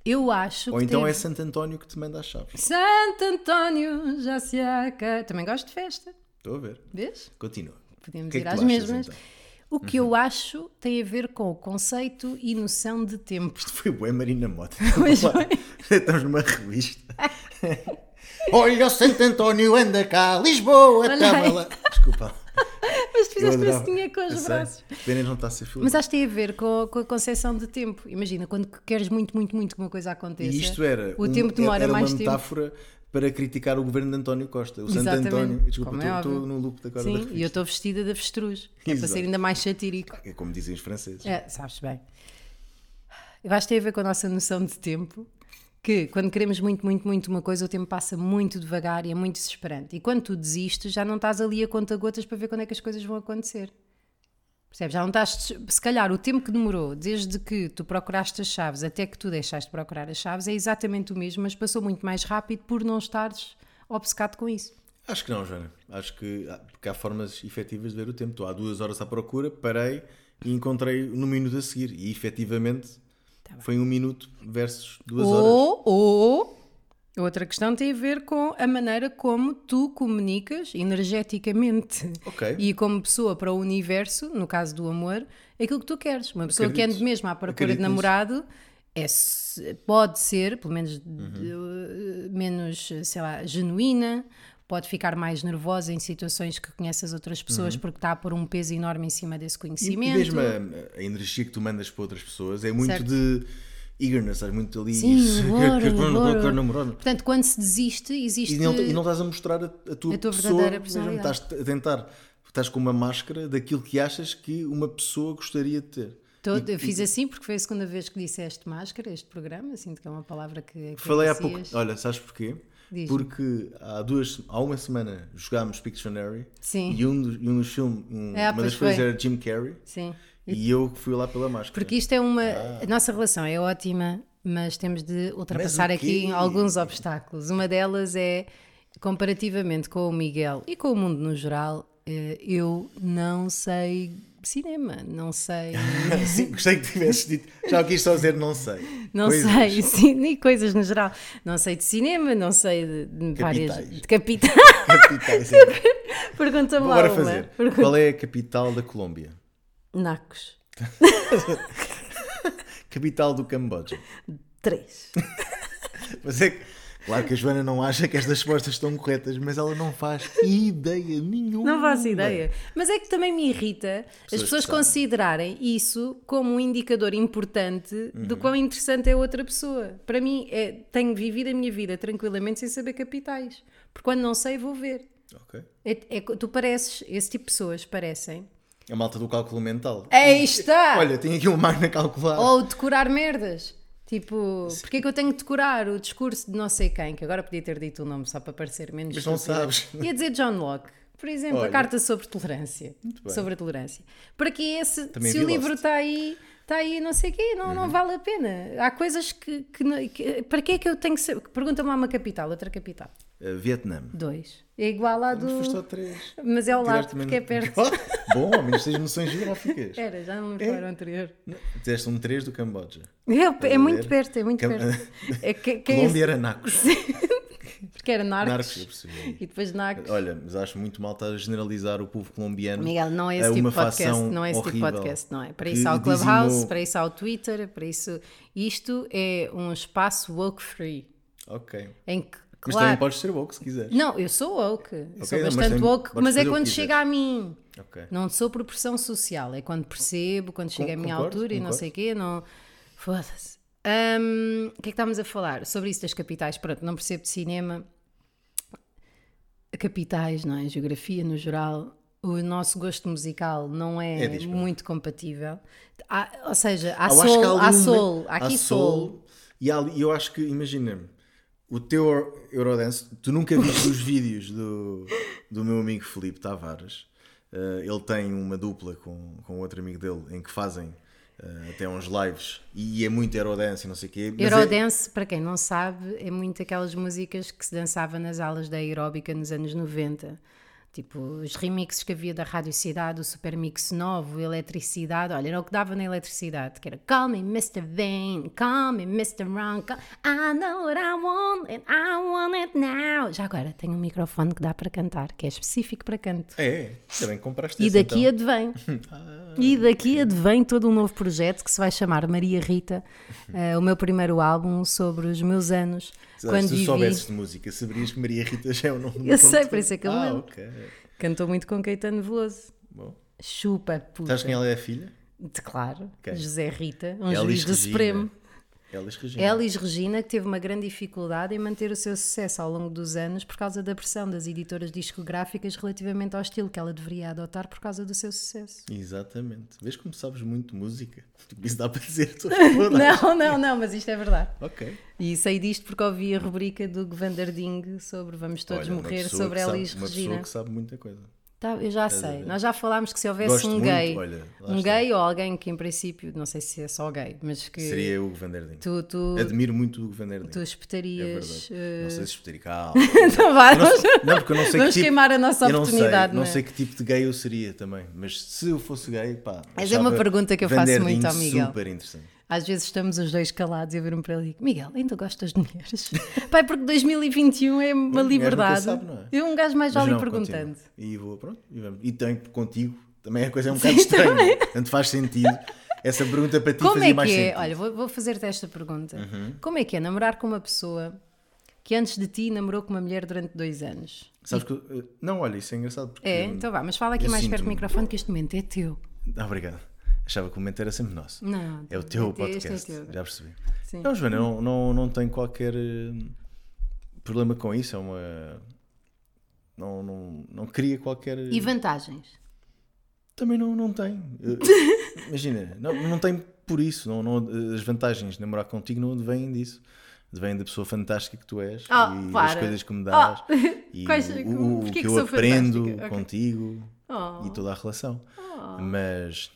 Speaker 1: Eu acho
Speaker 2: Ou
Speaker 1: que
Speaker 2: então
Speaker 1: tem-
Speaker 2: é Santo António que te manda as chaves.
Speaker 1: Santo António já se aca... Também gosto de festa,
Speaker 2: Estou a ver.
Speaker 1: vês?
Speaker 2: Continua.
Speaker 1: Podemos
Speaker 2: O que é
Speaker 1: ir
Speaker 2: que
Speaker 1: às
Speaker 2: tu achas,
Speaker 1: mesmas.
Speaker 2: então?
Speaker 1: O que eu acho tem a ver com o conceito e noção de tempo.
Speaker 2: Foi bué Marina Mota.
Speaker 1: Pois
Speaker 2: Vamos lá. Estamos numa revista. Olha o Santo António, anda cá, Lisboa,
Speaker 1: Olha
Speaker 2: estava
Speaker 1: aí.
Speaker 2: lá. Desculpa.
Speaker 1: Mas tu
Speaker 2: eu
Speaker 1: fizeste
Speaker 2: adorava.
Speaker 1: gracinha com
Speaker 2: Eu
Speaker 1: os
Speaker 2: sei.
Speaker 1: braços.
Speaker 2: Pena não está a ser filmado.
Speaker 1: Mas acho que tem a ver com, com a concepção de tempo. Imagina, quando queres muito, muito, muito que uma coisa aconteça,
Speaker 2: E isto era,
Speaker 1: é. o
Speaker 2: um-
Speaker 1: tempo demora
Speaker 2: era
Speaker 1: mais
Speaker 2: uma
Speaker 1: tempo.
Speaker 2: metáfora para criticar o governo de António Costa. O Santo
Speaker 1: Exatamente.
Speaker 2: António. Desculpa,
Speaker 1: Como é
Speaker 2: estou-
Speaker 1: óbvio.
Speaker 2: estou no loop da agora da
Speaker 1: Sim, e eu
Speaker 2: revista.
Speaker 1: estou vestida de avestruz. que É para
Speaker 2: Exato.
Speaker 1: ser ainda mais satírico.
Speaker 2: É como dizem os franceses.
Speaker 1: É, sabes bem. Eu acho que tem a ver com a nossa noção de tempo, que quando queremos muito, muito, muito uma coisa, o tempo passa muito devagar e é muito desesperante. E quando tu desistes, já não estás ali a conta gotas para ver quando é que as coisas vão acontecer. Percebes? Já não estás. Se calhar o tempo que demorou desde que tu procuraste as chaves até que tu deixaste de procurar as chaves é exatamente o mesmo, mas passou muito mais rápido por não estares obcecado com isso.
Speaker 2: Acho que não, Joana. Acho que há, porque há formas efetivas de ver o tempo. Estou há duas horas à procura, parei e encontrei no minuto a seguir. E efetivamente
Speaker 1: Tá
Speaker 2: foi um minuto versus
Speaker 1: Oh,
Speaker 2: duas horas.
Speaker 1: Ou, ou outra questão tem a ver com a maneira como tu comunicas energeticamente
Speaker 2: Ok.
Speaker 1: e como pessoa para o universo, no caso do amor, aquilo que tu queres. Uma pessoa que
Speaker 2: Acredito.
Speaker 1: ande mesmo à procura
Speaker 2: Acredito
Speaker 1: de
Speaker 2: nisso.
Speaker 1: namorado é, se- pode ser, pelo menos,
Speaker 2: Uhum.
Speaker 1: de- menos, sei lá, genuína. Pode ficar mais nervosa em situações que conhece as outras pessoas porque está a pôr um peso enorme em cima desse
Speaker 2: Uhum. E- E
Speaker 1: conhecimento.
Speaker 2: mesmo é a, a energia que tu mandas para outras pessoas é muito
Speaker 1: Certo.
Speaker 2: de eagerness, estás muito ali.
Speaker 1: Sim,
Speaker 2: quero- quero
Speaker 1: bora,
Speaker 2: namorar,
Speaker 1: bora.
Speaker 2: quero namorar.
Speaker 1: Portanto, quando se desiste, existe.
Speaker 2: E não, e não estás a mostrar a, a tua,
Speaker 1: A tua
Speaker 2: pessoa,
Speaker 1: verdadeira
Speaker 2: mesmo
Speaker 1: personalidade.
Speaker 2: estás a tentar, estás com uma máscara daquilo que achas que uma pessoa gostaria de ter.
Speaker 1: Tô-
Speaker 2: E-
Speaker 1: eu fiz
Speaker 2: e-
Speaker 1: assim porque foi a segunda vez que disseste máscara, este programa, sinto que é uma palavra que. que
Speaker 2: Falei há pouco,
Speaker 1: aprecias.
Speaker 2: olha, sabes porquê?
Speaker 1: Diz-me.
Speaker 2: Porque há duas, há uma semana jogámos Pictionary
Speaker 1: Sim.
Speaker 2: e um dos, e um dos filmes, um-
Speaker 1: Ah,
Speaker 2: uma das
Speaker 1: pois
Speaker 2: coisas
Speaker 1: foi.
Speaker 2: era Jim Carrey
Speaker 1: Sim.
Speaker 2: e eu fui lá pela máscara.
Speaker 1: Porque isto é uma. A nossa relação é ótima, mas temos de ultrapassar
Speaker 2: Mas o quê?
Speaker 1: aqui alguns obstáculos. Uma delas é, comparativamente com o Miguel e com o mundo no geral, eh, eu não sei cinema, não sei.
Speaker 2: Sim, gostei que tivesses dito. Já o quis só dizer, não sei.
Speaker 1: Não
Speaker 2: Coisas.
Speaker 1: sei, sim, e coisas no geral. Não sei de cinema, não sei de, de várias.
Speaker 2: Capitais.
Speaker 1: De capital.
Speaker 2: Capitais.
Speaker 1: Pergunta-me
Speaker 2: Vou
Speaker 1: lá
Speaker 2: agora
Speaker 1: uma.
Speaker 2: fazer. Qual é a capital da Colômbia?
Speaker 1: Nacos.
Speaker 2: Capital do Camboja.
Speaker 1: Três.
Speaker 2: Mas é que, claro que a Joana não acha que estas respostas estão corretas, mas ela não faz ideia nenhuma.
Speaker 1: Não faço ideia. Mas é que também me irrita as
Speaker 2: Pessoas
Speaker 1: pessoas
Speaker 2: que sabem.
Speaker 1: considerarem isso como um indicador importante
Speaker 2: Uhum.
Speaker 1: do quão interessante é outra pessoa. Para mim, é, tenho vivido a minha vida tranquilamente sem saber capitais. Porque quando não sei, vou ver.
Speaker 2: Ok.
Speaker 1: É- é co- tu pareces, esse tipo de pessoas parecem.
Speaker 2: A É malta do cálculo mental.
Speaker 1: Aí está!
Speaker 2: Olha, tenho aqui uma máquina a um calcular.
Speaker 1: Ou decorar merdas. Tipo, porque é que eu tenho que decorar o discurso de não sei quem, que agora podia ter dito o nome só para parecer menos.
Speaker 2: Mas não
Speaker 1: estúpida.
Speaker 2: sabes.
Speaker 1: Ia dizer John Locke. Por exemplo,
Speaker 2: Olha.
Speaker 1: a carta sobre tolerância.
Speaker 2: bem.
Speaker 1: Sobre a tolerância. Para que esse,
Speaker 2: Também
Speaker 1: se
Speaker 2: vi
Speaker 1: o livro
Speaker 2: Lost. Uhum.
Speaker 1: está aí, está aí não sei quê, não, não vale a pena. Há coisas que, que, não- que- para que é que eu tenho que saber? Pergunta-me há uma capital, outra capital.
Speaker 2: Uh, Vietnã.
Speaker 1: Dois. É igual à do.
Speaker 2: Mas foste ao 3.
Speaker 1: Mas é ao lado, porque é perto. É.
Speaker 2: Bom, ao menos tens noções geográficas.
Speaker 1: Espera, já não me
Speaker 2: É.
Speaker 1: lembro qual era o anterior.
Speaker 2: Fizeste um 3 do Camboja.
Speaker 1: É, é muito
Speaker 2: ver?
Speaker 1: perto, é muito
Speaker 2: Cam-
Speaker 1: perto. É, que, que é
Speaker 2: Colômbia
Speaker 1: esse-
Speaker 2: era Nacos.
Speaker 1: porque era
Speaker 2: Narcos,
Speaker 1: Narcos.
Speaker 2: eu percebi.
Speaker 1: E depois Narcos.
Speaker 2: Olha, mas acho muito mal estar a generalizar o povo colombiano.
Speaker 1: Miguel, não é
Speaker 2: a
Speaker 1: esse tipo
Speaker 2: uma
Speaker 1: de podcast,
Speaker 2: facção
Speaker 1: não é esse tipo de
Speaker 2: horrível
Speaker 1: podcast, não é? Para
Speaker 2: que
Speaker 1: isso há o Clubhouse,
Speaker 2: dizimou-
Speaker 1: para isso há o Twitter, para isso. Isto é um espaço woke free,
Speaker 2: Ok.
Speaker 1: em que,
Speaker 2: Mas
Speaker 1: claro.
Speaker 2: também podes ser woke se quiseres.
Speaker 1: Não, eu sou woke, eu sou
Speaker 2: não, mas
Speaker 1: bastante
Speaker 2: tem-
Speaker 1: woke,
Speaker 2: podes
Speaker 1: mas é
Speaker 2: fazer o que
Speaker 1: quando
Speaker 2: quiseres.
Speaker 1: chega a mim.
Speaker 2: Ok.
Speaker 1: Não sou por pressão social, é quando percebo, quando chega à
Speaker 2: Con-
Speaker 1: minha
Speaker 2: concordo,
Speaker 1: altura e não
Speaker 2: concordo.
Speaker 1: sei o quê, não. Foda-se. Hum, o que é que estávamos a falar? Sobre isso das capitais. Pronto, não percebo de cinema. Capitais, não é? Geografia no geral. O nosso gosto musical não é,
Speaker 2: É disparo.
Speaker 1: muito compatível. Há- ou seja, há
Speaker 2: Eu acho que
Speaker 1: sol, há
Speaker 2: ali um-
Speaker 1: sol, há aqui
Speaker 2: há
Speaker 1: sol.
Speaker 2: E há ali- eu acho que, imagina-me, o teu Eurodance, tu nunca viste os vídeos do, do meu amigo Felipe Tavares. Eh, ele tem uma dupla com, com outro amigo dele em que fazem eh, até uns lives e é muito Eurodance e não sei o quê. mas é-
Speaker 1: Eurodance, para quem não sabe, é muito aquelas músicas que se dançava nas aulas da aeróbica nos anos 90. Tipo, os remixes que havia da Rádio Cidade, o Super Mix Novo, Eletricidade. Olha, era o que dava na Eletricidade, que era Call me Mr. Vain, call me Mr. Wrong, call- I know what I want and I want it now. Já agora, tenho um microfone que dá para cantar, que é específico para canto.
Speaker 2: É, é. Ainda bem que compraste
Speaker 1: E
Speaker 2: esse,
Speaker 1: daqui
Speaker 2: então. Ah,
Speaker 1: advém. e daqui advém todo um novo projeto que se vai chamar Maria Rita, eh, o meu primeiro álbum sobre os meus anos.
Speaker 2: Uhum. Se
Speaker 1: quando
Speaker 2: tu
Speaker 1: vivi.
Speaker 2: soubesses de música, saberias que Maria Rita já é o nome do
Speaker 1: Eu sei,
Speaker 2: cantor.
Speaker 1: por isso é que eu me
Speaker 2: Ah,
Speaker 1: lembro.
Speaker 2: ok.
Speaker 1: Cantou muito com Caetano Veloso.
Speaker 2: Bom.
Speaker 1: Chupa, puta.
Speaker 2: Sabes quem ela é a filha?
Speaker 1: De claro.
Speaker 2: Quem?
Speaker 1: José Rita, um
Speaker 2: Elis
Speaker 1: juiz do
Speaker 2: Regina.
Speaker 1: Supremo.
Speaker 2: Elis Regina.
Speaker 1: Elis Regina, que teve uma grande dificuldade em manter o seu sucesso ao longo dos anos por causa da pressão das editoras discográficas relativamente ao estilo que ela deveria adotar por causa do seu sucesso.
Speaker 2: Exatamente. Vês como sabes muito de música? Tipo, isso dá para dizer todas as palavras.
Speaker 1: Não, não, não, mas isto é verdade.
Speaker 2: Ok.
Speaker 1: E sei disto porque ouvi a rubrica do Gvandarding sobre Vamos Todos
Speaker 2: Olha, uma
Speaker 1: Morrer,
Speaker 2: pessoa
Speaker 1: sobre
Speaker 2: que sabe-
Speaker 1: Elis
Speaker 2: Uma pessoa
Speaker 1: Regina.
Speaker 2: que sabe muita coisa.
Speaker 1: Tá, eu já sei. Nós já falámos que se houvesse
Speaker 2: Gosto
Speaker 1: um
Speaker 2: muito,
Speaker 1: gay,
Speaker 2: olha, lá
Speaker 1: um
Speaker 2: está.
Speaker 1: gay ou alguém que em princípio, não sei se é só gay, mas que
Speaker 2: Seria o Hugo Van der Ding.
Speaker 1: tu, tu,
Speaker 2: Admiro muito o Hugo Van der Ding.
Speaker 1: tu
Speaker 2: É
Speaker 1: espetarias.
Speaker 2: verdade.
Speaker 1: eh,
Speaker 2: Não sei se espetei, calma.
Speaker 1: não vá,
Speaker 2: Eu não,
Speaker 1: vamos-
Speaker 2: sei- não, porque eu não
Speaker 1: Vamos
Speaker 2: sei que tipo,
Speaker 1: queimar a nossa
Speaker 2: eu não
Speaker 1: oportunidade,
Speaker 2: Sei, não
Speaker 1: não é?
Speaker 2: sei que tipo de gay eu seria também, mas se eu fosse gay, pá.
Speaker 1: Mas é uma
Speaker 2: achava
Speaker 1: pergunta que eu
Speaker 2: Van
Speaker 1: faço
Speaker 2: der
Speaker 1: muito
Speaker 2: Ding
Speaker 1: ao Miguel.
Speaker 2: Super interessante.
Speaker 1: Às vezes estamos os dois calados e eu viro-me para ele e digo: Miguel, ainda gostas de mulheres? Pai, porque 2021 é uma
Speaker 2: nunca
Speaker 1: liberdade.
Speaker 2: sabe, não é?
Speaker 1: Eu um gajo mais
Speaker 2: Mas
Speaker 1: jovem
Speaker 2: não,
Speaker 1: perguntando.
Speaker 2: continua. E vou, pronto, e vamos. E tenho contigo, também a coisa é um bocado estranha. Portanto, faz sentido. Essa pergunta para ti
Speaker 1: Como
Speaker 2: fazia
Speaker 1: é
Speaker 2: mais
Speaker 1: que é?
Speaker 2: sentido. Uhum.
Speaker 1: Olha, vou, vou fazer-te esta pergunta. Como é que é namorar com uma pessoa que antes de ti namorou com uma mulher durante dois anos?
Speaker 2: Sabes que, eu- não, olha, isso é engraçado. Porque,
Speaker 1: É, então vá, mas fala aqui
Speaker 2: eu
Speaker 1: mais perto do
Speaker 2: sinto-me-
Speaker 1: microfone que este momento é teu.
Speaker 2: Ah, obrigado. Achava que o momento era sempre nosso.
Speaker 1: Não,
Speaker 2: É o teu
Speaker 1: este- este é
Speaker 2: podcast.
Speaker 1: teu.
Speaker 2: Já percebi.
Speaker 1: Sim.
Speaker 2: Não, Joana, não, não, não tenho qualquer eh, problema com isso. É uma. Não, não, não cria qualquer.
Speaker 1: E vantagens?
Speaker 2: Também não, não tenho. Eu- Imagina, não, não tenho por isso. Não, não, as vantagens de namorar contigo não vêm disso. Vêm da pessoa fantástica que tu és
Speaker 1: Ah,
Speaker 2: e as
Speaker 1: para.
Speaker 2: coisas que me dás
Speaker 1: Ah,
Speaker 2: e
Speaker 1: quais-
Speaker 2: o, o- o
Speaker 1: porquê
Speaker 2: que,
Speaker 1: que
Speaker 2: eu
Speaker 1: sou
Speaker 2: aprendo
Speaker 1: fantástica? Ok.
Speaker 2: contigo
Speaker 1: Oh.
Speaker 2: e toda a relação. Mas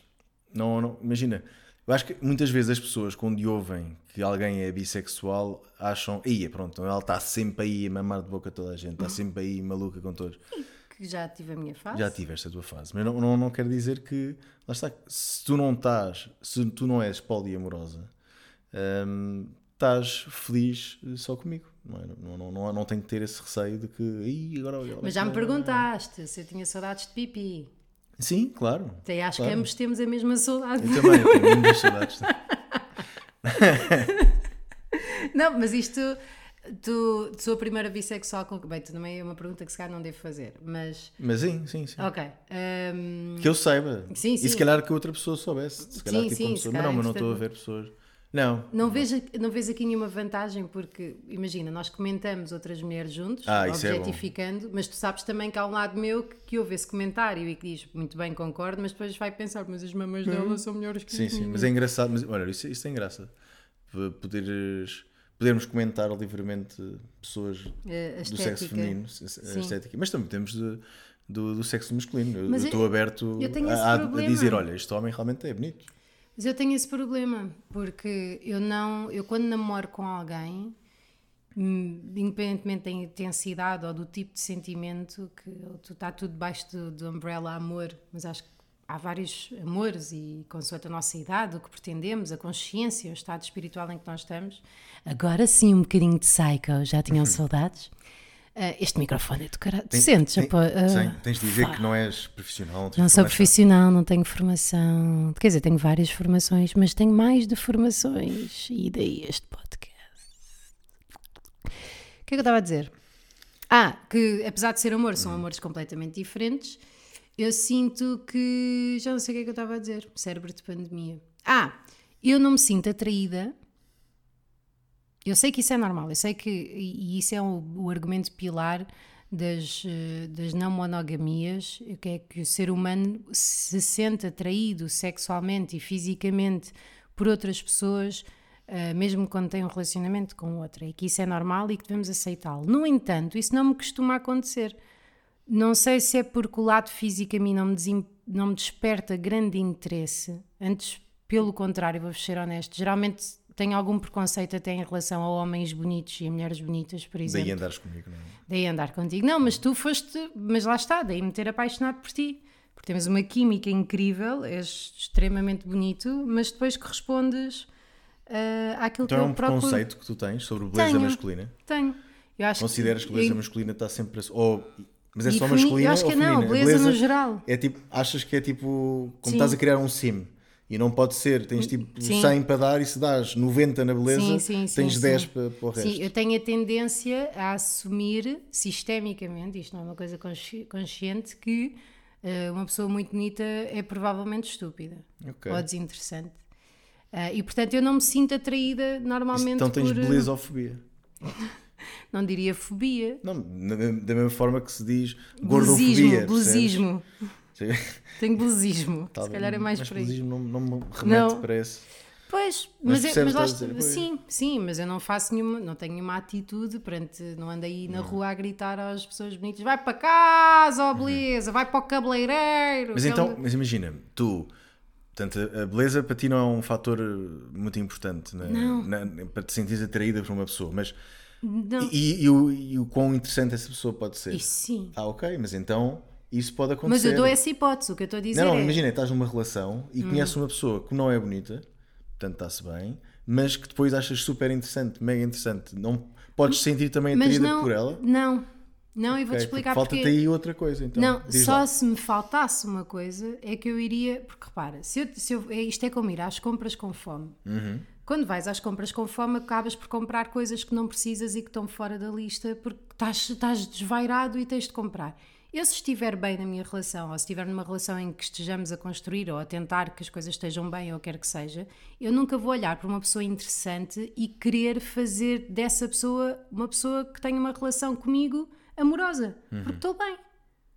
Speaker 2: não, não- imagina, eu acho que muitas vezes as pessoas quando ouvem que alguém é bissexual acham, ia pronto, ela está sempre aí a mamar de boca toda a gente, está sempre aí maluca com todos.
Speaker 1: Que já tive a minha fase?
Speaker 2: Já tiveste a tua fase, mas não, não, não quer dizer que lá está, se tu não estás, se tu não és poliamorosa, hum, estás feliz só comigo. Não, é? não, não, não, não tenho que ter esse receio de que "Ih, agora olha,
Speaker 1: Mas já me
Speaker 2: olha,
Speaker 1: perguntaste se eu tinha saudades de pipi.
Speaker 2: Sim, claro.
Speaker 1: Até acho que
Speaker 2: Claro.
Speaker 1: ambos temos a mesma saudade.
Speaker 2: Eu também eu tenho muitas saudades.
Speaker 1: Não, mas isto. Tu, sou a primeira bissexual com. Bem, tu também é uma pergunta que se calhar não devo fazer, mas.
Speaker 2: Mas sim, sim, sim.
Speaker 1: Ok. hum,
Speaker 2: Que eu saiba.
Speaker 1: Ah, Sim, sim.
Speaker 2: E se calhar que outra pessoa soubesse. Se calhar
Speaker 1: Sim,
Speaker 2: tipo
Speaker 1: sim,
Speaker 2: uma
Speaker 1: se
Speaker 2: pessoa. Mas
Speaker 1: calhar,
Speaker 2: não, mas não
Speaker 1: entretanto.
Speaker 2: estou a ver pessoas. Não.
Speaker 1: Não vês, não vês aqui nenhuma vantagem, porque imagina, nós comentamos outras mulheres juntos,
Speaker 2: Ah, isso é bom.
Speaker 1: objetificando, mas tu sabes também que há um lado meu que, que ouve esse comentário e que diz muito bem, concordo, mas depois vai pensar, mas as mamães dela são melhores que
Speaker 2: Hum. Sim,
Speaker 1: as
Speaker 2: sim.
Speaker 1: minhas.
Speaker 2: Mas é engraçado. Mas, olha, isso, isso tem graça. para poderes, podermos comentar livremente pessoas
Speaker 1: Eh,
Speaker 2: do sexo
Speaker 1: estética.
Speaker 2: feminino, se- se- a estética, mas também temos de- do, do sexo masculino. Eu-
Speaker 1: Mas
Speaker 2: eu
Speaker 1: eu-
Speaker 2: estou aberto
Speaker 1: eu tenho
Speaker 2: a-
Speaker 1: esse
Speaker 2: a, a
Speaker 1: problema.
Speaker 2: dizer: olha, este homem realmente é bonito.
Speaker 1: Mas eu tenho esse problema, porque eu não, eu quando namoro com alguém, hum, independentemente da intensidade ou do tipo de sentimento, que está tudo debaixo do, do umbrella amor, mas acho que há vários amores e consoante a nossa idade, o que pretendemos, a consciência, o estado espiritual em que nós estamos. Agora sim, um bocadinho de psycho, já tinham saudades. Ah, este microfone é do caralho. Tu sentes?
Speaker 2: Uhum. Tem-
Speaker 1: a po- ah,
Speaker 2: sim, tens de dizer que não és profissional. tens
Speaker 1: não
Speaker 2: de
Speaker 1: sou
Speaker 2: falar-
Speaker 1: profissional, não tenho formação. Quer dizer, tenho várias formações, mas tenho mais de formações. E daí este podcast. O que é que eu estava a dizer? Ah, que apesar de ser amor, são amores completamente diferentes. Eu sinto que. Já não sei o que é que eu estava a dizer. Cérebro de pandemia. Ah, eu não me sinto atraída. Eu sei que isso é normal, eu sei que. E e isso é o, o argumento pilar das, eh, das não monogamias, que é que o ser humano se sente atraído sexualmente e fisicamente por outras pessoas, eh, mesmo quando tem um relacionamento com outra. E que isso é normal e que devemos aceitá-lo. No entanto, isso não me costuma acontecer. Não sei se é porque o lado físico a mim não me, desim- não me desperta grande interesse. Antes, pelo contrário, vou ser honesto. Geralmente tenho algum preconceito até em relação a homens bonitos e a mulheres bonitas, por exemplo.
Speaker 2: Daí andares comigo, não é?
Speaker 1: Daí andar contigo. Não, mas tu foste, mas lá está, daí me ter apaixonado por ti. Porque temos uma química incrível, és extremamente bonito, mas depois correspondes ah, àquilo
Speaker 2: Então
Speaker 1: que
Speaker 2: é
Speaker 1: eu
Speaker 2: um
Speaker 1: procuro.
Speaker 2: preconceito que tu tens sobre beleza
Speaker 1: Tenho.
Speaker 2: masculina?
Speaker 1: Tenho. Eu acho
Speaker 2: Consideras que beleza masculina está sempre. a- Ou, mas é
Speaker 1: E
Speaker 2: só
Speaker 1: femi- eu
Speaker 2: masculina?
Speaker 1: acho
Speaker 2: ou
Speaker 1: que não,
Speaker 2: feminina? A
Speaker 1: beleza no geral.
Speaker 2: É tipo, achas que é tipo.
Speaker 1: Sim.
Speaker 2: Como estás a criar um sim e não pode ser, tens tipo
Speaker 1: Sim.
Speaker 2: 100 para dar e se dás 90 na beleza,
Speaker 1: Sim, sim, sim,
Speaker 2: tens
Speaker 1: sim.
Speaker 2: 10 para, para o resto.
Speaker 1: Sim, eu tenho a tendência a assumir sistemicamente, isto não é uma coisa consci- consciente, que eh, uma pessoa muito bonita é provavelmente estúpida
Speaker 2: Ok.
Speaker 1: ou desinteressante. Ah, e portanto eu não me sinto atraída normalmente
Speaker 2: então tens
Speaker 1: por, eh,
Speaker 2: belezofobia.
Speaker 1: não diria fobia,
Speaker 2: Não, na- da mesma forma que se diz
Speaker 1: Belezismo,
Speaker 2: gordofobia.
Speaker 1: belezismo.
Speaker 2: percebes?
Speaker 1: Tenho belezismo.
Speaker 2: Tá
Speaker 1: Se
Speaker 2: bem,
Speaker 1: calhar é mais
Speaker 2: mas
Speaker 1: por aí.
Speaker 2: belezismo não, não me remete
Speaker 1: Não.
Speaker 2: para esse.
Speaker 1: Pois, mas, eu- mas
Speaker 2: percebes o que
Speaker 1: lá
Speaker 2: estás a dizer,
Speaker 1: está- sim,
Speaker 2: pois.
Speaker 1: sim, mas eu não faço nenhuma, não tenho nenhuma atitude perante, não ando aí na rua a gritar às pessoas bonitas, vai para casa, ó beleza, vai para o cabeleireiro.
Speaker 2: Uhum. Mas
Speaker 1: que é
Speaker 2: então,
Speaker 1: onde-
Speaker 2: mas imagina, tu, portanto, a- a beleza para ti não é um fator eh, muito importante na- na- para te sentires atraída por uma pessoa, mas
Speaker 1: Não.
Speaker 2: e, e o, e o quão interessante essa pessoa pode ser.
Speaker 1: Isso sim.
Speaker 2: Ah, ok, mas então isso pode acontecer.
Speaker 1: Mas eu dou essa Hum. hipótese, o que eu estou a dizer
Speaker 2: Não, não,
Speaker 1: é.
Speaker 2: imagina, estás numa relação e conheces uma pessoa que não é bonita, portanto está-se bem, mas que depois achas super interessante, mega interessante. Não podes sentir também
Speaker 1: Hum. mas
Speaker 2: atraída
Speaker 1: não,
Speaker 2: por ela.
Speaker 1: não, não, e vou-te
Speaker 2: Ok,
Speaker 1: explicar
Speaker 2: porque
Speaker 1: porquê.
Speaker 2: Falta-te aí outra coisa, então.
Speaker 1: Não,
Speaker 2: Diz
Speaker 1: só
Speaker 2: lá.
Speaker 1: se me faltasse uma coisa é que eu iria. Porque repara, se eu, se eu- é- isto é como ir às compras com fome. Quando vais às compras com fome, acabas por comprar coisas que não precisas e que estão fora da lista porque estás, estás desvairado e tens de comprar. Eu, se estiver bem na minha relação, ou se estiver numa relação em que estejamos a construir ou a tentar que as coisas estejam bem ou quer que seja, eu nunca vou olhar para uma pessoa interessante e querer fazer dessa pessoa uma pessoa que tenha uma relação comigo amorosa. Porque estou bem.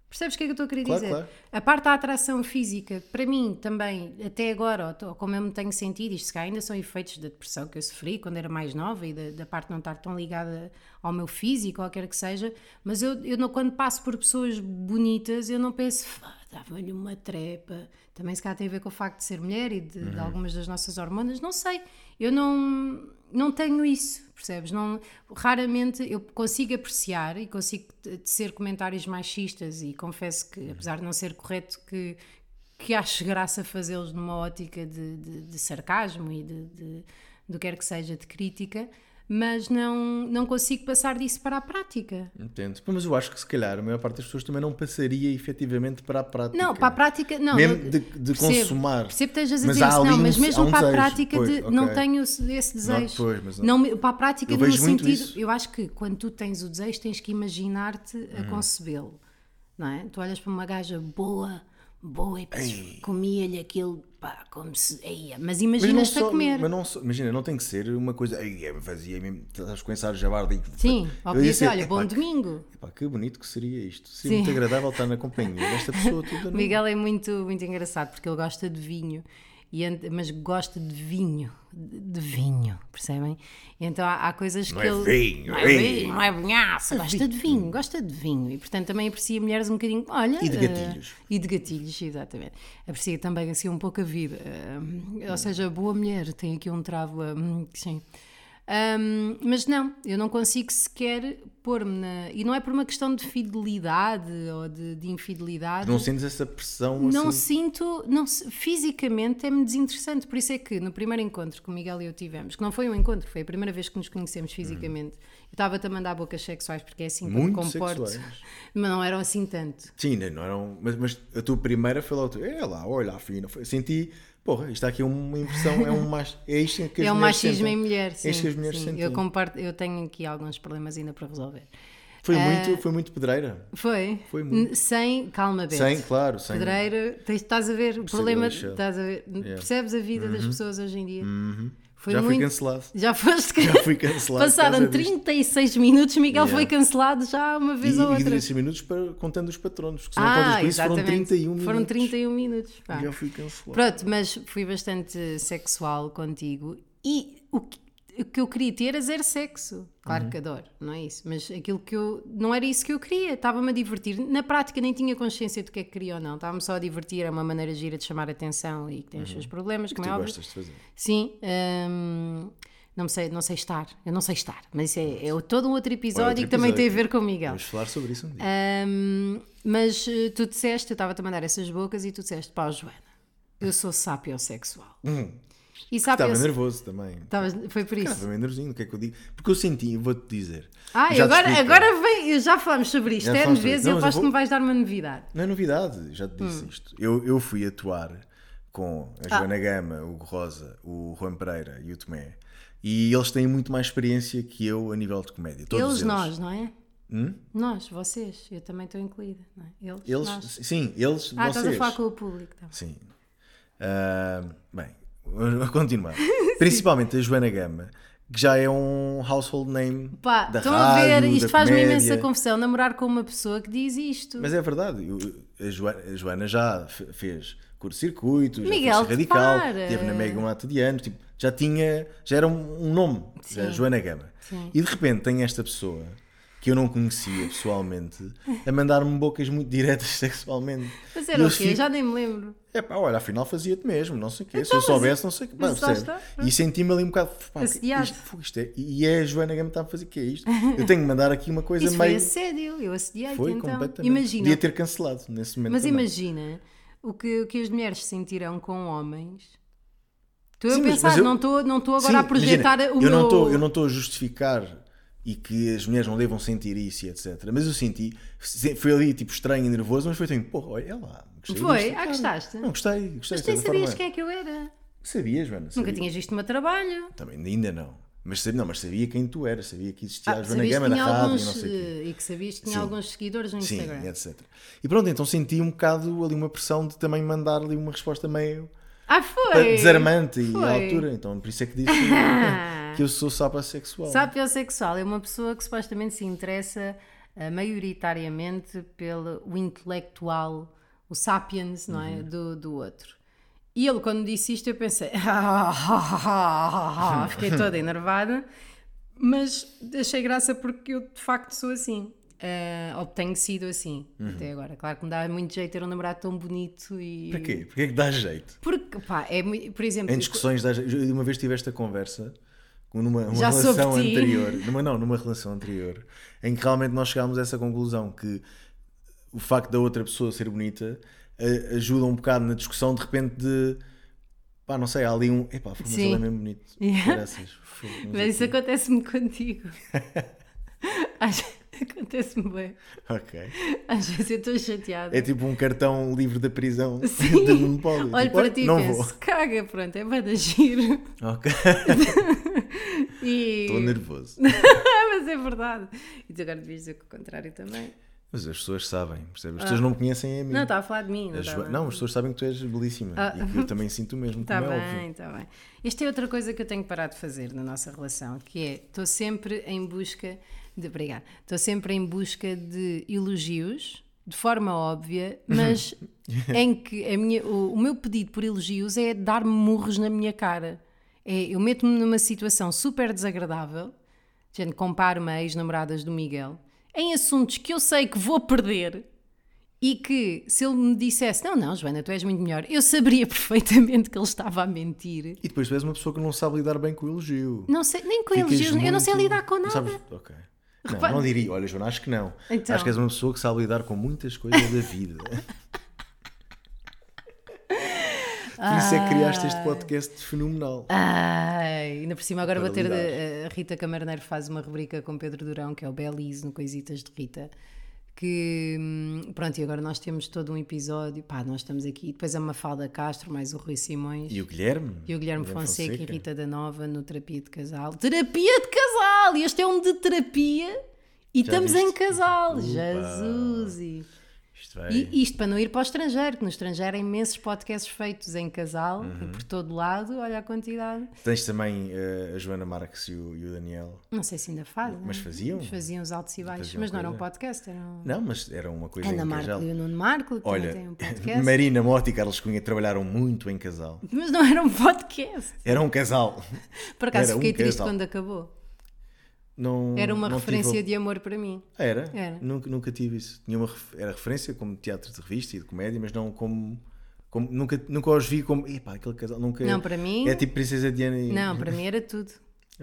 Speaker 1: Percebes o que é que eu estou a querer
Speaker 2: Uhum. Claro,
Speaker 1: dizer?
Speaker 2: claro.
Speaker 1: A parte da atração física, para mim também, até agora, ou to- ou como eu me tenho sentido, isto se calhar ainda são efeitos da depressão que eu sofri quando era mais nova e da, da parte de não estar tão ligada ao meu físico, ou quer que seja, mas eu, eu não, quando passo por pessoas bonitas, eu não penso, "Fá, dava-lhe uma trepa. Também se calhar tem a ver com o facto de ser mulher e de, de algumas das nossas hormonas, não sei. Eu não, não tenho isso, percebes? Não, raramente eu consigo apreciar e consigo t- tecer comentários machistas e confesso que, apesar de não ser correto, que, que acho graça fazê-los numa ótica de, de- de sarcasmo e de, de- do quer que seja, de crítica, mas não, não consigo passar disso para a prática.
Speaker 2: Entendo. Pô, Mas eu acho que se calhar a maior parte das pessoas também não passaria efetivamente para a prática.
Speaker 1: Não, para a prática, não.
Speaker 2: Mesmo
Speaker 1: não-
Speaker 2: de, de
Speaker 1: percebo,
Speaker 2: consumar.
Speaker 1: Percebo que estejas a
Speaker 2: Mas
Speaker 1: dizer
Speaker 2: há
Speaker 1: isso,
Speaker 2: ali
Speaker 1: não,
Speaker 2: um-
Speaker 1: mas
Speaker 2: há
Speaker 1: mesmo
Speaker 2: um
Speaker 1: para
Speaker 2: desejo,
Speaker 1: a prática,
Speaker 2: pois,
Speaker 1: de,
Speaker 2: ok.
Speaker 1: não tenho esse esse desejo.
Speaker 2: depois, mas não.
Speaker 1: me- para a prática,
Speaker 2: Eu
Speaker 1: no
Speaker 2: vejo muito
Speaker 1: sentido,
Speaker 2: isso.
Speaker 1: eu acho que quando tu tens o desejo, tens que imaginar-te
Speaker 2: Hum.
Speaker 1: a concebê-lo, não é? Tu olhas para uma gaja boa, boa, e pensas, comia-lhe aquilo, pá, como se. Eia, mas imaginas-te a
Speaker 2: só-
Speaker 1: comer.
Speaker 2: mas não só- imagina, não tem que ser uma coisa. Ai, eu fazia mesmo. Estás a começar a jabar de.
Speaker 1: Sim,
Speaker 2: Eu
Speaker 1: ou
Speaker 2: ia
Speaker 1: podia
Speaker 2: dizer,
Speaker 1: dizer, olha,
Speaker 2: "Epá,
Speaker 1: bom
Speaker 2: que-
Speaker 1: domingo.
Speaker 2: epá, que bonito que seria isto. Seria muito agradável estar na companhia desta pessoa
Speaker 1: é
Speaker 2: toda.
Speaker 1: O Miguel é muito, muito engraçado porque ele gosta de vinho e ent- mas gosto de vinho, de de vinho, percebem? Então há, há coisas
Speaker 2: Não
Speaker 1: que
Speaker 2: é
Speaker 1: ele.
Speaker 2: vinho,
Speaker 1: não é
Speaker 2: vinho.
Speaker 1: vinho, não é vinhaça, gosta de vinho, gosta de vinho. E portanto também aprecia mulheres um bocadinho. Olha,
Speaker 2: E de
Speaker 1: eh,
Speaker 2: gatilhos.
Speaker 1: e de gatilhos, exatamente. Aprecia também assim um pouco a vida. eh, ou seja, boa mulher, tem aqui um travo. eh, hum, que sim. Ahm, mas não, eu não consigo sequer pôr-me na. E não é por uma questão de fidelidade ou de, de infidelidade.
Speaker 2: Não sentes essa pressão
Speaker 1: Não
Speaker 2: assim?
Speaker 1: sinto, não, se- fisicamente é-me desinteressante, por isso é que no primeiro encontro que o Miguel e eu tivemos, que não foi um encontro, foi a primeira vez que nos conhecemos fisicamente, eu estava-te a mandar bocas sexuais porque é assim que eu me
Speaker 2: Muito
Speaker 1: comporto,
Speaker 2: sexuais.
Speaker 1: mas não eram assim tanto.
Speaker 2: Sim, ainda não eram. Mas, mas a tua primeira foi logo. tu, É lá, olha, afina. Foi- Senti. Porra, isto aqui é uma impressão. É, um mach, é isto que as
Speaker 1: é um
Speaker 2: mulheres
Speaker 1: machismo
Speaker 2: sentem.
Speaker 1: em mulher,
Speaker 2: É
Speaker 1: sim.
Speaker 2: isto que as mulheres
Speaker 1: sim.
Speaker 2: sentem.
Speaker 1: Eu, comparto, eu tenho aqui alguns problemas ainda para resolver.
Speaker 2: Foi,
Speaker 1: Ah.
Speaker 2: muito, foi muito pedreira.
Speaker 1: Foi?
Speaker 2: Foi muito.
Speaker 1: N- Sem calma, Beto.
Speaker 2: Sem, claro, sem.
Speaker 1: Pedreira, tens- estás a ver o problema,
Speaker 2: lixo.
Speaker 1: estás a ver, percebes a vida das pessoas hoje em dia? Foi
Speaker 2: Uhum. Já fui
Speaker 1: muito-
Speaker 2: cancelado.
Speaker 1: Já foste
Speaker 2: Já fui cancelado.
Speaker 1: Passaram
Speaker 2: por causa disto.
Speaker 1: 36 minutos, Miguel
Speaker 2: Yeah.
Speaker 1: foi cancelado já uma vez ou
Speaker 2: E, e
Speaker 1: outra. Ah,
Speaker 2: 16 minutos para, contando os patronos. Porque se não contas por isso, foram 31 minutos.
Speaker 1: Foram 31 minutos. pá.
Speaker 2: Já fui cancelado.
Speaker 1: Pronto, mas fui bastante sexual contigo e o que, o que eu queria ter era zero sexo.
Speaker 2: Uhum.
Speaker 1: Claro que adoro, não é isso? Mas aquilo que eu. Não era isso que eu queria. Estava-me a divertir. Na prática nem tinha consciência do que é que queria ou não. Estava-me só a divertir. É uma maneira gira de chamar a atenção e que tem os seus problemas, como é
Speaker 2: Uhum. Tu
Speaker 1: óbvio.
Speaker 2: gostas de fazer.
Speaker 1: Sim, hum, não, sei, não sei estar, eu não sei estar, mas isso é, é todo um outro episódio
Speaker 2: outro
Speaker 1: que também tem a
Speaker 2: episódio.
Speaker 1: ver com o Miguel.
Speaker 2: Vamos falar sobre isso um dia.
Speaker 1: Hum, mas eh, tu disseste, eu estava-te a mandar essas bocas e tu disseste, pá, Joana, eu sou sapiosexual. E
Speaker 2: Hum, Estava
Speaker 1: sapiosexual.
Speaker 2: nervoso também.
Speaker 1: Tá Foi por isso.
Speaker 2: Estava bem nervosinho, o que é que eu digo? Porque eu senti, eu vou-te dizer.
Speaker 1: Ah, e
Speaker 2: Já te
Speaker 1: agora,
Speaker 2: explico.
Speaker 1: agora vem, eu já falámos sobre isto,
Speaker 2: Já
Speaker 1: é
Speaker 2: falámos sobre
Speaker 1: vezes
Speaker 2: isso.
Speaker 1: eu
Speaker 2: Não, mas eu
Speaker 1: acho que
Speaker 2: vou-
Speaker 1: me vais dar uma novidade.
Speaker 2: Não é novidade, já te
Speaker 1: Hum.
Speaker 2: disse isto. Eu, eu fui atuar com
Speaker 1: Ah.
Speaker 2: a Joana Gama, o Hugo Rosa, o Juan Pereira e o Tomé. E eles têm muito mais experiência que eu a nível de comédia. Todos
Speaker 1: eles,
Speaker 2: eles, Hum?
Speaker 1: nós, não é? Nós, vocês, eu também estou incluída, não é? Eles,
Speaker 2: Eles,
Speaker 1: nós.
Speaker 2: sim, eles,
Speaker 1: Ah,
Speaker 2: vocês.
Speaker 1: estás a falar com o público, tá.
Speaker 2: Sim. Ah, bem, a continuar. Principalmente a Joana Gama, que já é um household name
Speaker 1: Pá,
Speaker 2: da
Speaker 1: estão
Speaker 2: rádio,
Speaker 1: a ver, isto
Speaker 2: da
Speaker 1: faz-me
Speaker 2: comédia.
Speaker 1: imensa confusão namorar com uma pessoa que diz isto.
Speaker 2: Mas é verdade, eu- a Joana, a Joana já fe- fez curto-circuito, já
Speaker 1: Miguel,
Speaker 2: fez radical,
Speaker 1: para.
Speaker 2: teve na Mega um ato de anos, tipo, já tinha, já era um um nome, já Joana Gama.
Speaker 1: Sim.
Speaker 2: E de repente tem esta pessoa que eu não conhecia pessoalmente a mandar-me bocas muito diretas sexualmente.
Speaker 1: Mas
Speaker 2: E
Speaker 1: era
Speaker 2: eu
Speaker 1: o quê?
Speaker 2: fico-
Speaker 1: Já nem me lembro.
Speaker 2: é pá, olha, afinal fazia-te mesmo, não sei o quê. Se
Speaker 1: Então,
Speaker 2: eu
Speaker 1: mas
Speaker 2: soubesse, não sei o quê. Pá,
Speaker 1: mas lá
Speaker 2: percebe?
Speaker 1: está, é?
Speaker 2: E senti-me ali um bocado. Pá, isto,
Speaker 1: Assediado.
Speaker 2: fogo, isto é, e é a Joana Gama que está a fazer o que é isto? Eu tenho que mandar aqui uma coisa
Speaker 1: Isso foi
Speaker 2: meio.
Speaker 1: assédio, eu assediei-te
Speaker 2: Foi
Speaker 1: então.
Speaker 2: completamente.
Speaker 1: Imagina,
Speaker 2: Podia ter cancelado nesse momento.
Speaker 1: mas
Speaker 2: também.
Speaker 1: imagina o que, o que as mulheres sentirão com homens. Estou a
Speaker 2: Sim, mas-
Speaker 1: pensar,
Speaker 2: mas eu-
Speaker 1: não estou não estou agora
Speaker 2: Sim,
Speaker 1: a projetar
Speaker 2: imagina,
Speaker 1: o
Speaker 2: eu
Speaker 1: meu.
Speaker 2: Não tô, eu não estou a justificar e que as mulheres não devam sentir isso e etc. Mas eu senti, se- foi ali tipo estranho e nervoso, mas foi tipo, porra, olha lá. Gostei
Speaker 1: Foi?
Speaker 2: disto,
Speaker 1: Ah,
Speaker 2: cara.
Speaker 1: gostaste?
Speaker 2: Não, gostei, gostei.
Speaker 1: Mas
Speaker 2: de
Speaker 1: tu nem
Speaker 2: certa forma.
Speaker 1: sabias quem é que eu era.
Speaker 2: Sabias, mano.
Speaker 1: Nunca tinhas visto o meu trabalho.
Speaker 2: Também ainda não. Mas sabia, não, mas sabia quem tu eras, sabia que existia a
Speaker 1: Ah,
Speaker 2: Joana
Speaker 1: sabias que
Speaker 2: Gama
Speaker 1: tinha
Speaker 2: na rádio e não
Speaker 1: alguns.
Speaker 2: sei o quê.
Speaker 1: eh, E que sabias que tinha
Speaker 2: Sim.
Speaker 1: alguns seguidores no
Speaker 2: Sim, é-
Speaker 1: Instagram.
Speaker 2: etc. E pronto, então senti um bocado ali uma pressão de também mandar ali uma resposta meio
Speaker 1: Ah, foi!
Speaker 2: desarmante e à
Speaker 1: Foi.
Speaker 2: altura. Então por isso é que disse que eu sou sapasexual.
Speaker 1: Sapiosexual é uma pessoa que supostamente se interessa ah, maioritariamente pelo o intelectual, o sapiens, não é? Do, do outro. E ele, quando disse isto, eu pensei. Fiquei toda enervada, mas achei graça porque eu de facto sou assim. Ah, ou tenho sido assim até agora. Claro que me dá muito jeito ter um namorado tão bonito e.
Speaker 2: Para quê? Porquê é que dá jeito?
Speaker 1: Porque, pá, é muito. Por exemplo,
Speaker 2: Em discussões, dá jeito. Eu uma vez tive esta conversa com- numa uma
Speaker 1: Já soube
Speaker 2: relação
Speaker 1: de ti.
Speaker 2: anterior, numa, não, numa relação anterior, em que realmente nós chegámos a essa conclusão que o facto da outra pessoa ser bonita a- ajuda um bocado na discussão de repente de pá, não sei, há ali um epá, foi, mas
Speaker 1: Sim.
Speaker 2: ele é mesmo bonito.
Speaker 1: Yeah.
Speaker 2: Graças. Foi, não sei
Speaker 1: Mas isso
Speaker 2: o quê.
Speaker 1: acontece-me contigo. Às vezes- Acontece-me bem.
Speaker 2: Ok.
Speaker 1: Às vezes eu estou chateada.
Speaker 2: É tipo um cartão livre da prisão
Speaker 1: Sim.
Speaker 2: de monopólio.
Speaker 1: Olho
Speaker 2: Tipo,
Speaker 1: para
Speaker 2: olha,
Speaker 1: ti e
Speaker 2: não
Speaker 1: penso, caga, pronto, é para giro.
Speaker 2: vou. Ok.
Speaker 1: E...
Speaker 2: Estou nervoso.
Speaker 1: Mas é verdade. E tu agora devias dizer que o contrário também.
Speaker 2: Mas as pessoas sabem, percebes? As pessoas não me conhecem a mim.
Speaker 1: Ah. Não, estava a falar de mim. Não,
Speaker 2: As-
Speaker 1: estava-
Speaker 2: É Não, as pessoas sabem que tu és belíssima e que eu também sinto o mesmo,
Speaker 1: Está
Speaker 2: como é
Speaker 1: Ah. Tá bem,
Speaker 2: óbvio.
Speaker 1: está bem. Esta é outra coisa que eu tenho que parar de fazer na nossa relação, que é, estou sempre em busca de... Obrigada. Estou sempre em busca de elogios de forma óbvia, mas em que a minha, o, o meu pedido por elogios é dar-me murros na minha cara. É, eu meto-me numa situação super desagradável, gente, comparo-me a ex-namoradas do Miguel, em assuntos que eu sei que vou perder e que se ele me dissesse, não, não, Joana, tu és muito melhor, eu saberia perfeitamente que ele estava a mentir.
Speaker 2: E depois tu és uma pessoa que não sabe lidar bem com o elogio.
Speaker 1: Não sei, nem com
Speaker 2: Ficas
Speaker 1: elogios, eu não sei
Speaker 2: muito-
Speaker 1: lidar com nada.
Speaker 2: Sabes- ok. Não,
Speaker 1: Repara-
Speaker 2: não diria. Olha, Joana, acho que não.
Speaker 1: Então.
Speaker 2: Acho que és uma pessoa que sabe lidar com muitas coisas da vida. Por isso é que criaste
Speaker 1: Ah.
Speaker 2: este podcast fenomenal.
Speaker 1: Ai, ainda por cima agora
Speaker 2: Para
Speaker 1: vou ter
Speaker 2: lidar.
Speaker 1: de- a Rita Camarneiro faz uma rubrica com Pedro Durão, que é o Belize no Coisitas de Rita. Que hum, pronto, e agora nós temos todo um episódio. Pá, nós estamos aqui. Depois a Mafalda Castro, mais o Rui Simões
Speaker 2: E o Guilherme?
Speaker 1: e o Guilherme Fonseca, e Rita da Nova no Terapia de Casal. Terapia de Casal! E Este é um de terapia e
Speaker 2: Já
Speaker 1: estamos em
Speaker 2: viste?
Speaker 1: casal.
Speaker 2: Upa!
Speaker 1: Jesus! E,
Speaker 2: Isto vai.
Speaker 1: e isto para não ir para o estrangeiro, que no estrangeiro há imensos podcasts feitos em casal
Speaker 2: Uhum.
Speaker 1: por todo lado. Olha a quantidade.
Speaker 2: Tens também eh, a Joana Marques e o, e o Daniel.
Speaker 1: Não sei se ainda fazem.
Speaker 2: Mas faziam?
Speaker 1: Mas faziam os altos e baixos.
Speaker 2: Faziam
Speaker 1: mas não era um
Speaker 2: coisa.
Speaker 1: podcast, era um.
Speaker 2: Não, mas era uma coisa
Speaker 1: Ana
Speaker 2: em
Speaker 1: Marco
Speaker 2: casal.
Speaker 1: e o Nuno Marco, que
Speaker 2: Olha,
Speaker 1: Olha, tem um podcast.
Speaker 2: Marina Mota e Carlos Cunha trabalharam muito em casal.
Speaker 1: Mas não era um podcast.
Speaker 2: Era um casal.
Speaker 1: Por acaso
Speaker 2: Era um
Speaker 1: fiquei triste
Speaker 2: casal.
Speaker 1: quando acabou.
Speaker 2: Não,
Speaker 1: Era uma
Speaker 2: não tive um.
Speaker 1: referência de amor para mim.
Speaker 2: Ah, Era?
Speaker 1: Era.
Speaker 2: Nunca, nunca tive isso. Tinha uma ref- Era referência como teatro de revista e de comédia, mas não como. como- nunca, nunca os vi como. Epá, aquele casal. Nunca,
Speaker 1: Não, para mim-
Speaker 2: É tipo Princesa Diana e.
Speaker 1: Não, para mim era tudo.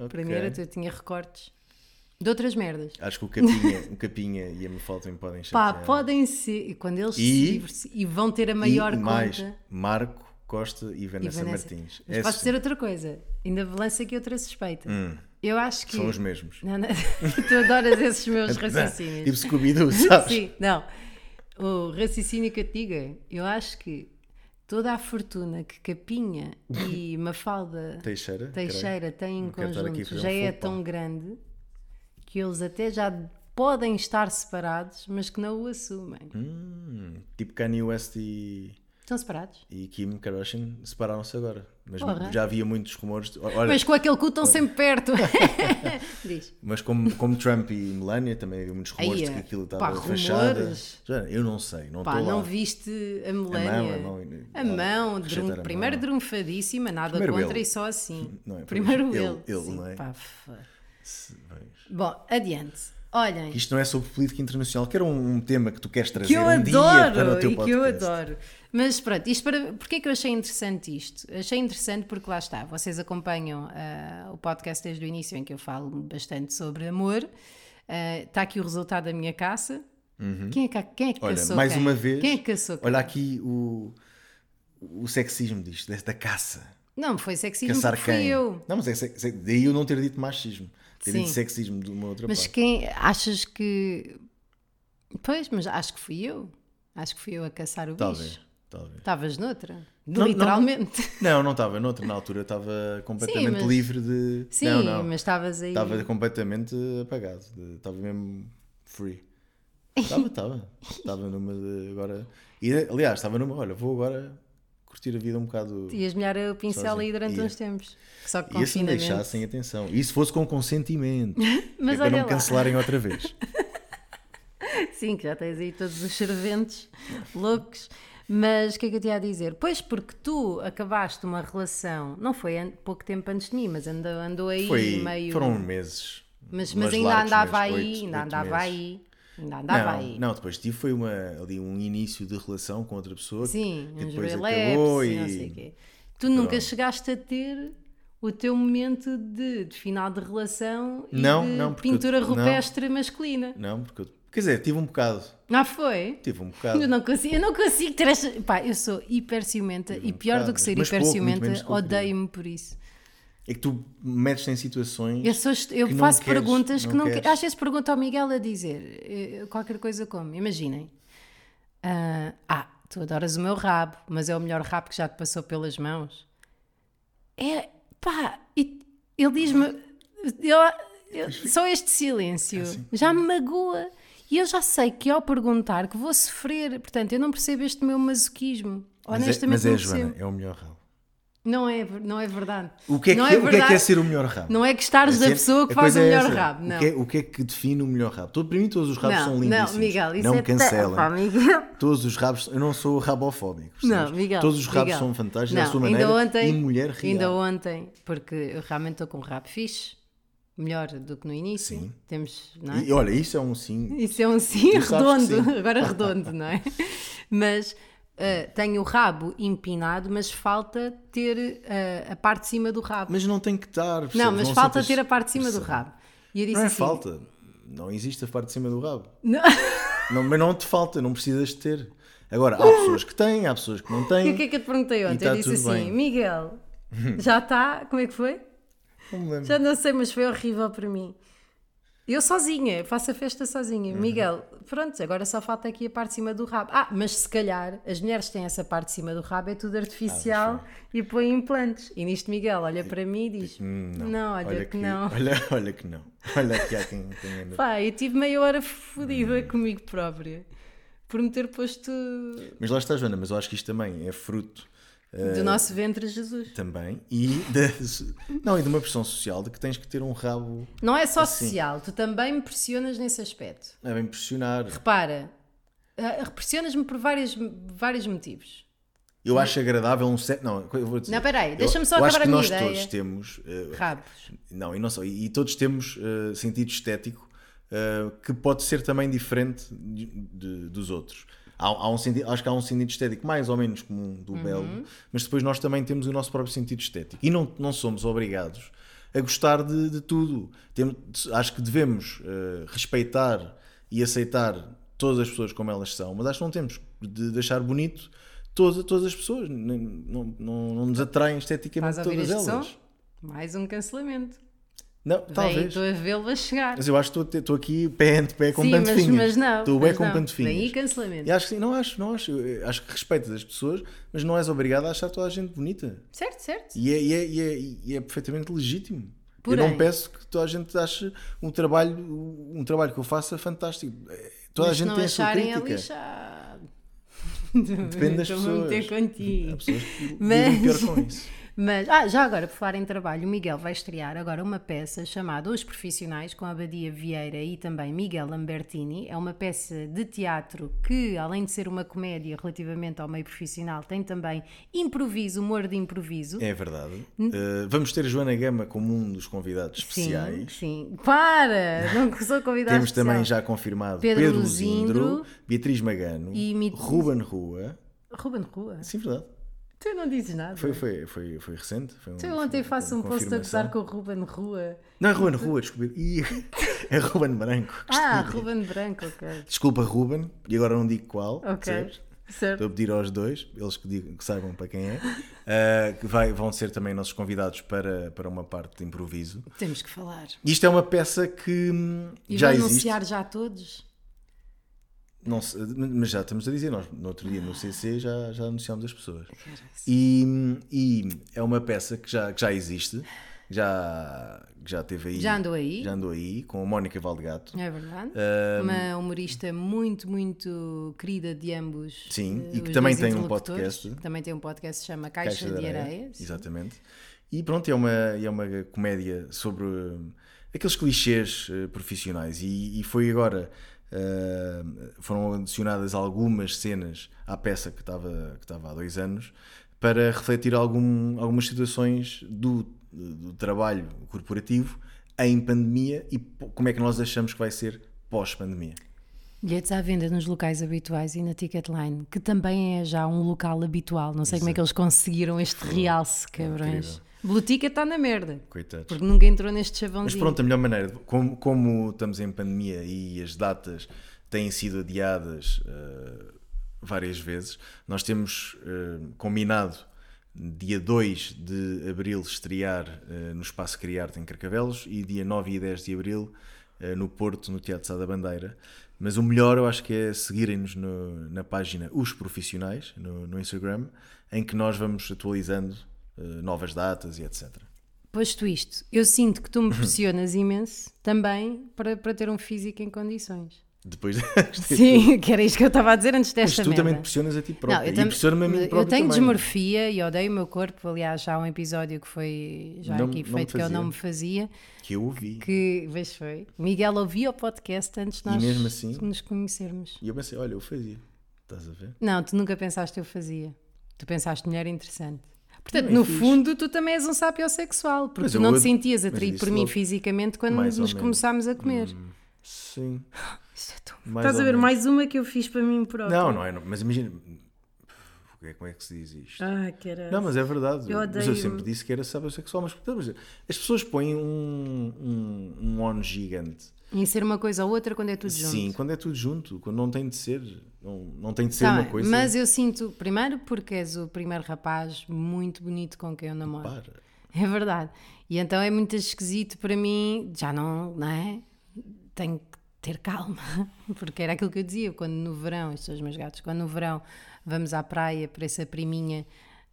Speaker 1: Para mim era
Speaker 2: Ok.
Speaker 1: tudo. Tinha recortes de outras merdas.
Speaker 2: Acho que o Capinha, o Capinha e a Mafalda também podem
Speaker 1: Pá,
Speaker 2: chamar.
Speaker 1: podem ser. E quando eles
Speaker 2: E-
Speaker 1: se divorci- e vão ter a maior
Speaker 2: e mais,
Speaker 1: conta.
Speaker 2: Marco Costa e
Speaker 1: E
Speaker 2: Vanessa,
Speaker 1: Vanessa.
Speaker 2: Martins. é assim.
Speaker 1: Mas
Speaker 2: Esses
Speaker 1: posso dizer outra coisa. Ainda lança aqui outra suspeita. Eu acho que.
Speaker 2: Hum. são os mesmos.
Speaker 1: Não, não. tu adoras esses meus raciocínios.
Speaker 2: Tipo Scooby-Doo, sabes?
Speaker 1: Sim, não. O raciocínio que eu te digo é: eu acho que toda a fortuna que Capinha e Mafalda
Speaker 2: Teixeira. creio.
Speaker 1: Teixeira têm em
Speaker 2: Não quero estar aqui a
Speaker 1: conjunto
Speaker 2: fazer um
Speaker 1: já é
Speaker 2: faux pas.
Speaker 1: tão grande que eles até já podem estar separados, mas que não o assumem.
Speaker 2: Hum, tipo Kanye West e.
Speaker 1: Estão separados?
Speaker 2: e Kim Kardashian separaram-se agora. Mas
Speaker 1: Porra.
Speaker 2: já havia muitos rumores. de- Olha,
Speaker 1: Mas
Speaker 2: mas
Speaker 1: com aquele cu estão sempre perto. Diz.
Speaker 2: como, como Trump e Melania também havia muitos rumores de
Speaker 1: Aí,
Speaker 2: que aquilo
Speaker 1: pá,
Speaker 2: estava
Speaker 1: rumores.
Speaker 2: fachada. Joana, Eu não sei, não
Speaker 1: Pá,
Speaker 2: estou lá.
Speaker 1: não viste a
Speaker 2: mão,
Speaker 1: Melania?
Speaker 2: a mão,
Speaker 1: A mão,
Speaker 2: rejeitar
Speaker 1: drum-
Speaker 2: a mão.
Speaker 1: primeiro drunfadíssima, nada
Speaker 2: Primeiro
Speaker 1: contra
Speaker 2: ele.
Speaker 1: e só assim.
Speaker 2: Não é, pois,
Speaker 1: primeiro
Speaker 2: ele-
Speaker 1: ele.
Speaker 2: ele,
Speaker 1: sim,
Speaker 2: não é?
Speaker 1: pá, f-
Speaker 2: Se- vejo.
Speaker 1: Bom, adiante. Olhem,
Speaker 2: Isto não é sobre política internacional, que era um, um tema que tu queres trazer
Speaker 1: que eu
Speaker 2: um dia para o
Speaker 1: adoro
Speaker 2: teu
Speaker 1: e
Speaker 2: podcast.
Speaker 1: que eu adoro. Mas pronto, isto para, porque é que eu achei interessante isto? Achei interessante porque lá está, vocês acompanham ah, o podcast desde o início em que eu falo bastante sobre amor. Ah, Está aqui o resultado da minha caça. Quem, é que, quem é que
Speaker 2: Uhum. Olha,
Speaker 1: caçou
Speaker 2: mais
Speaker 1: quem?
Speaker 2: uma vez,
Speaker 1: Quem é que caçou quem?
Speaker 2: olha aqui o, o sexismo disto, desta caça.
Speaker 1: Não, foi sexismo
Speaker 2: Caçar
Speaker 1: porque fui
Speaker 2: quem?
Speaker 1: eu.
Speaker 2: Não, mas é, se- se- daí eu não ter dito machismo, ter
Speaker 1: Sim.
Speaker 2: dito sexismo de uma outra
Speaker 1: Mas
Speaker 2: parte.
Speaker 1: quem achas que. Pois, mas acho que fui eu. Acho que fui eu a caçar o
Speaker 2: Talvez,
Speaker 1: bicho.
Speaker 2: talvez.
Speaker 1: Estavas noutra.
Speaker 2: não-
Speaker 1: Literalmente.
Speaker 2: Não, não estava. Noutra, na altura estava completamente
Speaker 1: mas-
Speaker 2: livre de.
Speaker 1: Sim,
Speaker 2: não, não.
Speaker 1: mas estavas aí.
Speaker 2: Estava completamente apagado. de- Estava mesmo free. Estava, estava. Estava numa de agora. E, aliás, estava numa. Olha, vou agora curtir a vida um bocado. E
Speaker 1: Ias melhor o pincel
Speaker 2: Sozinho.
Speaker 1: aí durante
Speaker 2: Ia.
Speaker 1: uns tempos. Só que
Speaker 2: e se me
Speaker 1: confinamento.
Speaker 2: deixassem atenção. E se fosse com consentimento.
Speaker 1: Mas
Speaker 2: é para
Speaker 1: olha
Speaker 2: não me
Speaker 1: lá.
Speaker 2: cancelarem outra vez.
Speaker 1: Sim, que já tens aí todos os serventes loucos. Mas o que é que eu te ia a dizer? Pois porque tu acabaste uma relação, não foi an- pouco tempo antes de mim, mas andou, andou aí
Speaker 2: Foi,
Speaker 1: meio. um-
Speaker 2: Foram meses.
Speaker 1: Mas,
Speaker 2: mais
Speaker 1: mas ainda
Speaker 2: largos,
Speaker 1: andava
Speaker 2: meses,
Speaker 1: aí, ainda
Speaker 2: oito- oito
Speaker 1: andava
Speaker 2: meses.
Speaker 1: aí. Ainda andava aí.
Speaker 2: Não, não, depois tive foi uma, ali um início de relação com outra pessoa.
Speaker 1: Sim,
Speaker 2: que
Speaker 1: uns
Speaker 2: depois
Speaker 1: brelepes
Speaker 2: acabou
Speaker 1: e não
Speaker 2: e-
Speaker 1: sei o quê. Tu nunca chegaste a ter o teu momento de, de final de relação e
Speaker 2: Não,
Speaker 1: de
Speaker 2: não, porque eu-
Speaker 1: pintura
Speaker 2: não.
Speaker 1: rupestre masculina.
Speaker 2: Não, porque eu. Quer dizer, tive um bocado.
Speaker 1: Não foi?
Speaker 2: Tive um bocado.
Speaker 1: Eu não, consigo, eu não consigo ter esta. Pá, eu sou hiper ciumenta e pior do
Speaker 2: bocado,
Speaker 1: que ser
Speaker 2: mas
Speaker 1: hiper
Speaker 2: pouco, muito menos
Speaker 1: ciumenta,
Speaker 2: que eu queria.
Speaker 1: odeio-me por isso.
Speaker 2: É que tu metes-te em situações.
Speaker 1: Eu, sou est- eu
Speaker 2: que não
Speaker 1: faço
Speaker 2: queres,
Speaker 1: perguntas que não
Speaker 2: não
Speaker 1: quero.
Speaker 2: queres.
Speaker 1: Às vezes pergunto ao Miguel a dizer eh, qualquer coisa como. Imaginem. ah, ah, tu adoras o meu rabo, mas é o melhor rabo que já te passou pelas mãos. É. pá, e- ele diz-me. eu- eu- só este silêncio
Speaker 2: Assim.
Speaker 1: já me magoa. E eu já sei que ao perguntar que vou sofrer. Portanto, eu não percebo este meu masoquismo.
Speaker 2: Mas é-
Speaker 1: Honestamente,
Speaker 2: mas é,
Speaker 1: não
Speaker 2: Joana,
Speaker 1: percebo.
Speaker 2: é o melhor rabo.
Speaker 1: Não é, não é verdade.
Speaker 2: O que é,
Speaker 1: não
Speaker 2: que, o que é que é ser o melhor rabo?
Speaker 1: Não é gostares da
Speaker 2: Assim,
Speaker 1: pessoa que
Speaker 2: a
Speaker 1: faz o
Speaker 2: coisa é
Speaker 1: melhor
Speaker 2: essa.
Speaker 1: rabo, não.
Speaker 2: O que, é, o que é que define o melhor rabo? Todo, para mim, todos os rabos
Speaker 1: Não,
Speaker 2: são
Speaker 1: não,
Speaker 2: lindíssimos.
Speaker 1: Miguel, isso
Speaker 2: não
Speaker 1: é-
Speaker 2: cancelem.
Speaker 3: Pá, Miguel.
Speaker 2: Todos os rabos. Eu não sou rabofóbico. percebes?
Speaker 1: Não, Miguel.
Speaker 2: Todos os rabos
Speaker 1: Miguel.
Speaker 2: são fantásticos
Speaker 1: não,
Speaker 2: da sua maneira.
Speaker 1: Ainda ontem,
Speaker 2: e mulher real.
Speaker 1: Ainda ontem, porque eu realmente estou com um rabo fixe, melhor do que no início.
Speaker 2: Sim.
Speaker 1: Temos, não é?
Speaker 2: E olha, isso é um sim.
Speaker 1: Isso é um sim
Speaker 2: Tu sabes que
Speaker 1: redondo,
Speaker 2: sim.
Speaker 1: agora redondo, não é? Mas ah, tenho o rabo empinado, mas falta ter ah, a parte de cima do rabo.
Speaker 2: Mas não tem que estar. percebes?
Speaker 1: não, mas falta
Speaker 2: sempre-
Speaker 1: ter a parte de cima do
Speaker 2: percebe?
Speaker 1: rabo. E eu disse
Speaker 2: Não é
Speaker 1: assim,
Speaker 2: falta. Não existe a parte de cima do rabo.
Speaker 1: Não.
Speaker 2: Não, mas não te falta, não precisas de ter. Agora, há pessoas que têm, há pessoas que não
Speaker 1: E o que é
Speaker 2: têm.
Speaker 1: que eu te perguntei ontem?
Speaker 2: tá
Speaker 1: eu disse
Speaker 2: tudo
Speaker 1: assim,
Speaker 2: bem.
Speaker 1: Miguel, já está? Como é que foi?
Speaker 2: Não me lembro.
Speaker 1: Já não sei, mas foi horrível para mim. Eu sozinha, faço a festa sozinha.
Speaker 2: Uhum.
Speaker 1: Miguel, pronto, agora só falta aqui a parte de cima do rabo. Ah, mas se calhar as mulheres têm essa parte de cima do rabo, é tudo
Speaker 2: Ah,
Speaker 1: artificial e põem implantes. E nisto Miguel olha para mim e diz:
Speaker 2: Hum,
Speaker 1: Não, olha, que, não.
Speaker 2: Olha, olha que não. Olha que há quem tenha medo.
Speaker 1: Pá, eu tive meia hora fodida
Speaker 2: Hum.
Speaker 1: comigo própria por me ter posto
Speaker 2: Mas lá está, Joana, mas eu acho que isto também é fruto Eh,
Speaker 1: do nosso ventre Jesus.
Speaker 2: também e da, não, e de uma pressão social de que tens que ter um rabo
Speaker 1: Não é só
Speaker 2: Assim.
Speaker 1: social, tu também me pressionas nesse aspecto.
Speaker 2: a bem pressionar.
Speaker 1: Repara, ah, pressionas-me por vários, vários motivos.
Speaker 2: Eu acho agradável um certo. Não, eu vou dizer,
Speaker 1: Não, peraí,
Speaker 2: eu-
Speaker 1: deixa-me só
Speaker 2: eu acho
Speaker 1: acabar a
Speaker 2: que
Speaker 1: minha
Speaker 2: nós
Speaker 1: ideia.
Speaker 2: todos temos. eh,
Speaker 1: Rabos.
Speaker 2: não, e não só. E, e todos temos eh, sentido estético eh, que pode ser também diferente de- de- dos outros. Há, há um sentido, acho que há um sentido estético mais ou menos comum do
Speaker 1: Uhum.
Speaker 2: belo, mas depois nós também temos o nosso próprio sentido estético e não, não somos obrigados a gostar de, de tudo. Tem- acho que devemos eh, respeitar e aceitar todas as pessoas como elas são, mas acho que não temos de deixar bonito todas, todas as pessoas, Nem- não, não, não nos atraem
Speaker 1: Estás
Speaker 2: esteticamente
Speaker 1: a ouvir
Speaker 2: todas
Speaker 1: este
Speaker 2: elas.
Speaker 1: som? Mais um cancelamento.
Speaker 2: Não,
Speaker 1: Vem,
Speaker 2: talvez.
Speaker 1: estou a vê-lo a chegar.
Speaker 2: Mas eu acho que estou a ter- estou aqui pé ante pé com
Speaker 1: Sim, mas,
Speaker 2: pantofinhas.
Speaker 1: mas não.
Speaker 2: Estou bem
Speaker 1: mas
Speaker 2: com
Speaker 1: não. Daí
Speaker 2: pantofinhas.
Speaker 1: cancelamento.
Speaker 2: E acho que sim, não acho, não acho. Eu acho que respeitas as pessoas, mas não és obrigado a achar toda a gente bonita.
Speaker 1: Certo, certo.
Speaker 2: E é, e é, e é, e é perfeitamente legítimo.
Speaker 1: Porém.
Speaker 2: Eu não peço que toda a gente ache um trabalho, um trabalho que eu faça fantástico. Eh, Toda
Speaker 1: Mas
Speaker 2: a gente
Speaker 1: não
Speaker 2: tem a sua
Speaker 1: acharem
Speaker 2: crítica.
Speaker 1: lixado.
Speaker 2: Depende das
Speaker 1: Estou-me a meter
Speaker 2: pessoas.
Speaker 1: contigo.
Speaker 2: Há pessoas que
Speaker 1: Mas-
Speaker 2: vivem pior com isso.
Speaker 1: Mas, ah, já agora, por falar em trabalho, o Miguel vai estrear agora uma peça chamada Os Profissionais, com a Abadia Vieira e também Miguel Lambertini. É uma peça de teatro que, além de ser uma comédia relativamente ao meio profissional, tem também improviso, humor de improviso.
Speaker 2: É verdade. Eh, vamos ter a Joana Gama como um dos convidados
Speaker 1: Hum? sim,
Speaker 2: especiais.
Speaker 1: sim. Para! Não sou convidado
Speaker 2: Temos
Speaker 1: especial.
Speaker 2: também já confirmado
Speaker 1: Pedro
Speaker 2: Pedro,
Speaker 1: Luzindro,
Speaker 2: Luzindro, Beatriz Magano,
Speaker 1: e Mi-
Speaker 2: Ruben Rua.
Speaker 1: Ruben Rua,
Speaker 2: Sim, verdade.
Speaker 1: tu não dizes nada.
Speaker 2: Foi, foi, foi, foi recente. Foi um,
Speaker 1: Tu ontem
Speaker 2: foi
Speaker 1: faço um
Speaker 2: uma
Speaker 1: post a
Speaker 2: confirmação.
Speaker 1: gozar com o Ruben Rua.
Speaker 2: Não é Ruben Rua, desculpa. Ih, é Ruben Branco.
Speaker 1: Ah, Ruben Branco, ok.
Speaker 2: Desculpa, Ruben. E agora não digo qual.
Speaker 1: Ok.
Speaker 2: percebes?
Speaker 1: Certo.
Speaker 2: Estou a pedir aos dois, eles que, digam- que saibam para quem é, ah, que vai- vão ser também nossos convidados para, para uma parte de improviso.
Speaker 1: Temos que falar.
Speaker 2: Isto é uma peça que hum,
Speaker 1: E
Speaker 2: já
Speaker 1: vou
Speaker 2: existe.
Speaker 1: anunciar já a todos?
Speaker 2: Não se- mas já estamos a dizer, nós no outro dia no CC já, já anunciámos as pessoas. E, e é uma peça que já, que já existe, já, que já teve aí.
Speaker 1: Já andou aí.
Speaker 2: Já andou aí, com a Mónica Valdegato.
Speaker 1: É verdade. Uma humorista muito, muito querida de ambos.
Speaker 2: Sim,
Speaker 1: eh,
Speaker 2: e que
Speaker 1: os
Speaker 2: também
Speaker 1: dois
Speaker 2: tem um
Speaker 1: interlocutores,
Speaker 2: podcast.
Speaker 1: que Também tem um podcast que se chama Caixa, de Areia. sim.
Speaker 2: Exatamente. E pronto, é uma, é uma comédia sobre hum, aqueles clichês eh, profissionais. E, e foi agora. ah, foram adicionadas algumas cenas à peça que estava, que estava há dois anos para refletir algum, algumas situações do, do trabalho corporativo em pandemia e po- como é que nós achamos que vai ser pós-pandemia.
Speaker 1: Bilhetes à venda nos locais habituais e na Ticketline, que também é já um local habitual. Não sei como é que eles conseguiram este realce, cabrões.
Speaker 2: Oh, incrível.
Speaker 1: Blue Ticket está na merda.
Speaker 2: Coitados.
Speaker 1: Porque nunca entrou neste
Speaker 2: Mas
Speaker 1: chavãozinho.
Speaker 2: pronto, a melhor maneira, de- como, como estamos em pandemia e as datas têm sido adiadas eh, várias vezes, nós temos eh, combinado dia 2 de abril estrear eh, no Espaço Criarte em Carcavelos e dia 9 e 10 de abril eh, no Porto, no Teatro Sá da Bandeira. Mas o melhor eu acho que é seguirem-nos no- na página Os Profissionais, no, no Instagram, em que nós vamos atualizando eh, novas datas e etc.
Speaker 1: Posto
Speaker 2: Uhum.
Speaker 1: isto, eu sinto que tu me pressionas imenso também para, para ter um físico em condições.
Speaker 2: Depois deste.
Speaker 1: Sim, que era isto que eu estava a dizer antes
Speaker 2: Mas
Speaker 1: desta
Speaker 2: tu também te
Speaker 1: merda.
Speaker 2: pressionas a ti próprio.
Speaker 1: Não,
Speaker 2: e
Speaker 1: tam-
Speaker 2: pressiono-me a mim
Speaker 1: eu
Speaker 2: próprio
Speaker 1: tenho
Speaker 2: também.
Speaker 1: desmorfia e odeio o meu corpo. Aliás, há um episódio que foi já
Speaker 2: Não-
Speaker 1: aqui
Speaker 2: não me
Speaker 1: feito que eu não
Speaker 2: fazia.
Speaker 1: me fazia.
Speaker 2: Que eu ouvi.
Speaker 1: Que, vês, foi. Miguel ouvia o podcast antes de
Speaker 2: E
Speaker 1: nós
Speaker 2: mesmo assim?
Speaker 1: nos conhecermos.
Speaker 2: E eu pensei, olha, eu fazia. Estás a ver?
Speaker 1: Não, tu nunca pensaste que eu fazia. Tu pensaste mulher interessante. Portanto,
Speaker 2: Não, eu
Speaker 1: no
Speaker 2: fiz.
Speaker 1: fundo, tu também és um sapiosexual, porque
Speaker 2: Mas
Speaker 1: tu
Speaker 2: eu
Speaker 1: não te
Speaker 2: ad-
Speaker 1: sentias
Speaker 2: mas
Speaker 1: atraído
Speaker 2: disse
Speaker 1: por mim
Speaker 2: logo.
Speaker 1: fisicamente quando
Speaker 2: Mais ou
Speaker 1: nos
Speaker 2: menos.
Speaker 1: começámos a comer.
Speaker 2: Sim.
Speaker 1: Isto é tão-
Speaker 2: mais
Speaker 1: Estás
Speaker 2: ou
Speaker 1: a ver
Speaker 2: menos.
Speaker 1: mais uma que eu fiz para mim própria.
Speaker 2: Não, não é. não- Mas imagina. O que é- Como é que se diz isto?
Speaker 1: Ah, caralho.
Speaker 2: Não, mas é verdade.
Speaker 1: Eu
Speaker 2: Mas eu
Speaker 1: odeio-
Speaker 2: sempre disse que era sábio sexual. Mas portanto, mas as pessoas põem um, um, um on gigante.
Speaker 1: Em ser uma coisa ou outra quando é tudo junto.
Speaker 2: Sim, quando é tudo junto. Quando não tem de ser. Não, não tem de ser
Speaker 1: Tá
Speaker 2: uma
Speaker 1: bem,
Speaker 2: coisa.
Speaker 1: Mas eu sinto, primeiro, porque és o primeiro rapaz muito bonito com quem eu namoro.
Speaker 2: Para.
Speaker 1: É verdade. E então é muito esquisito para mim, já não, não é? Tenho que ter calma, porque era aquilo que eu dizia, quando no verão, estes são os meus gatos, quando no verão vamos à praia para essa priminha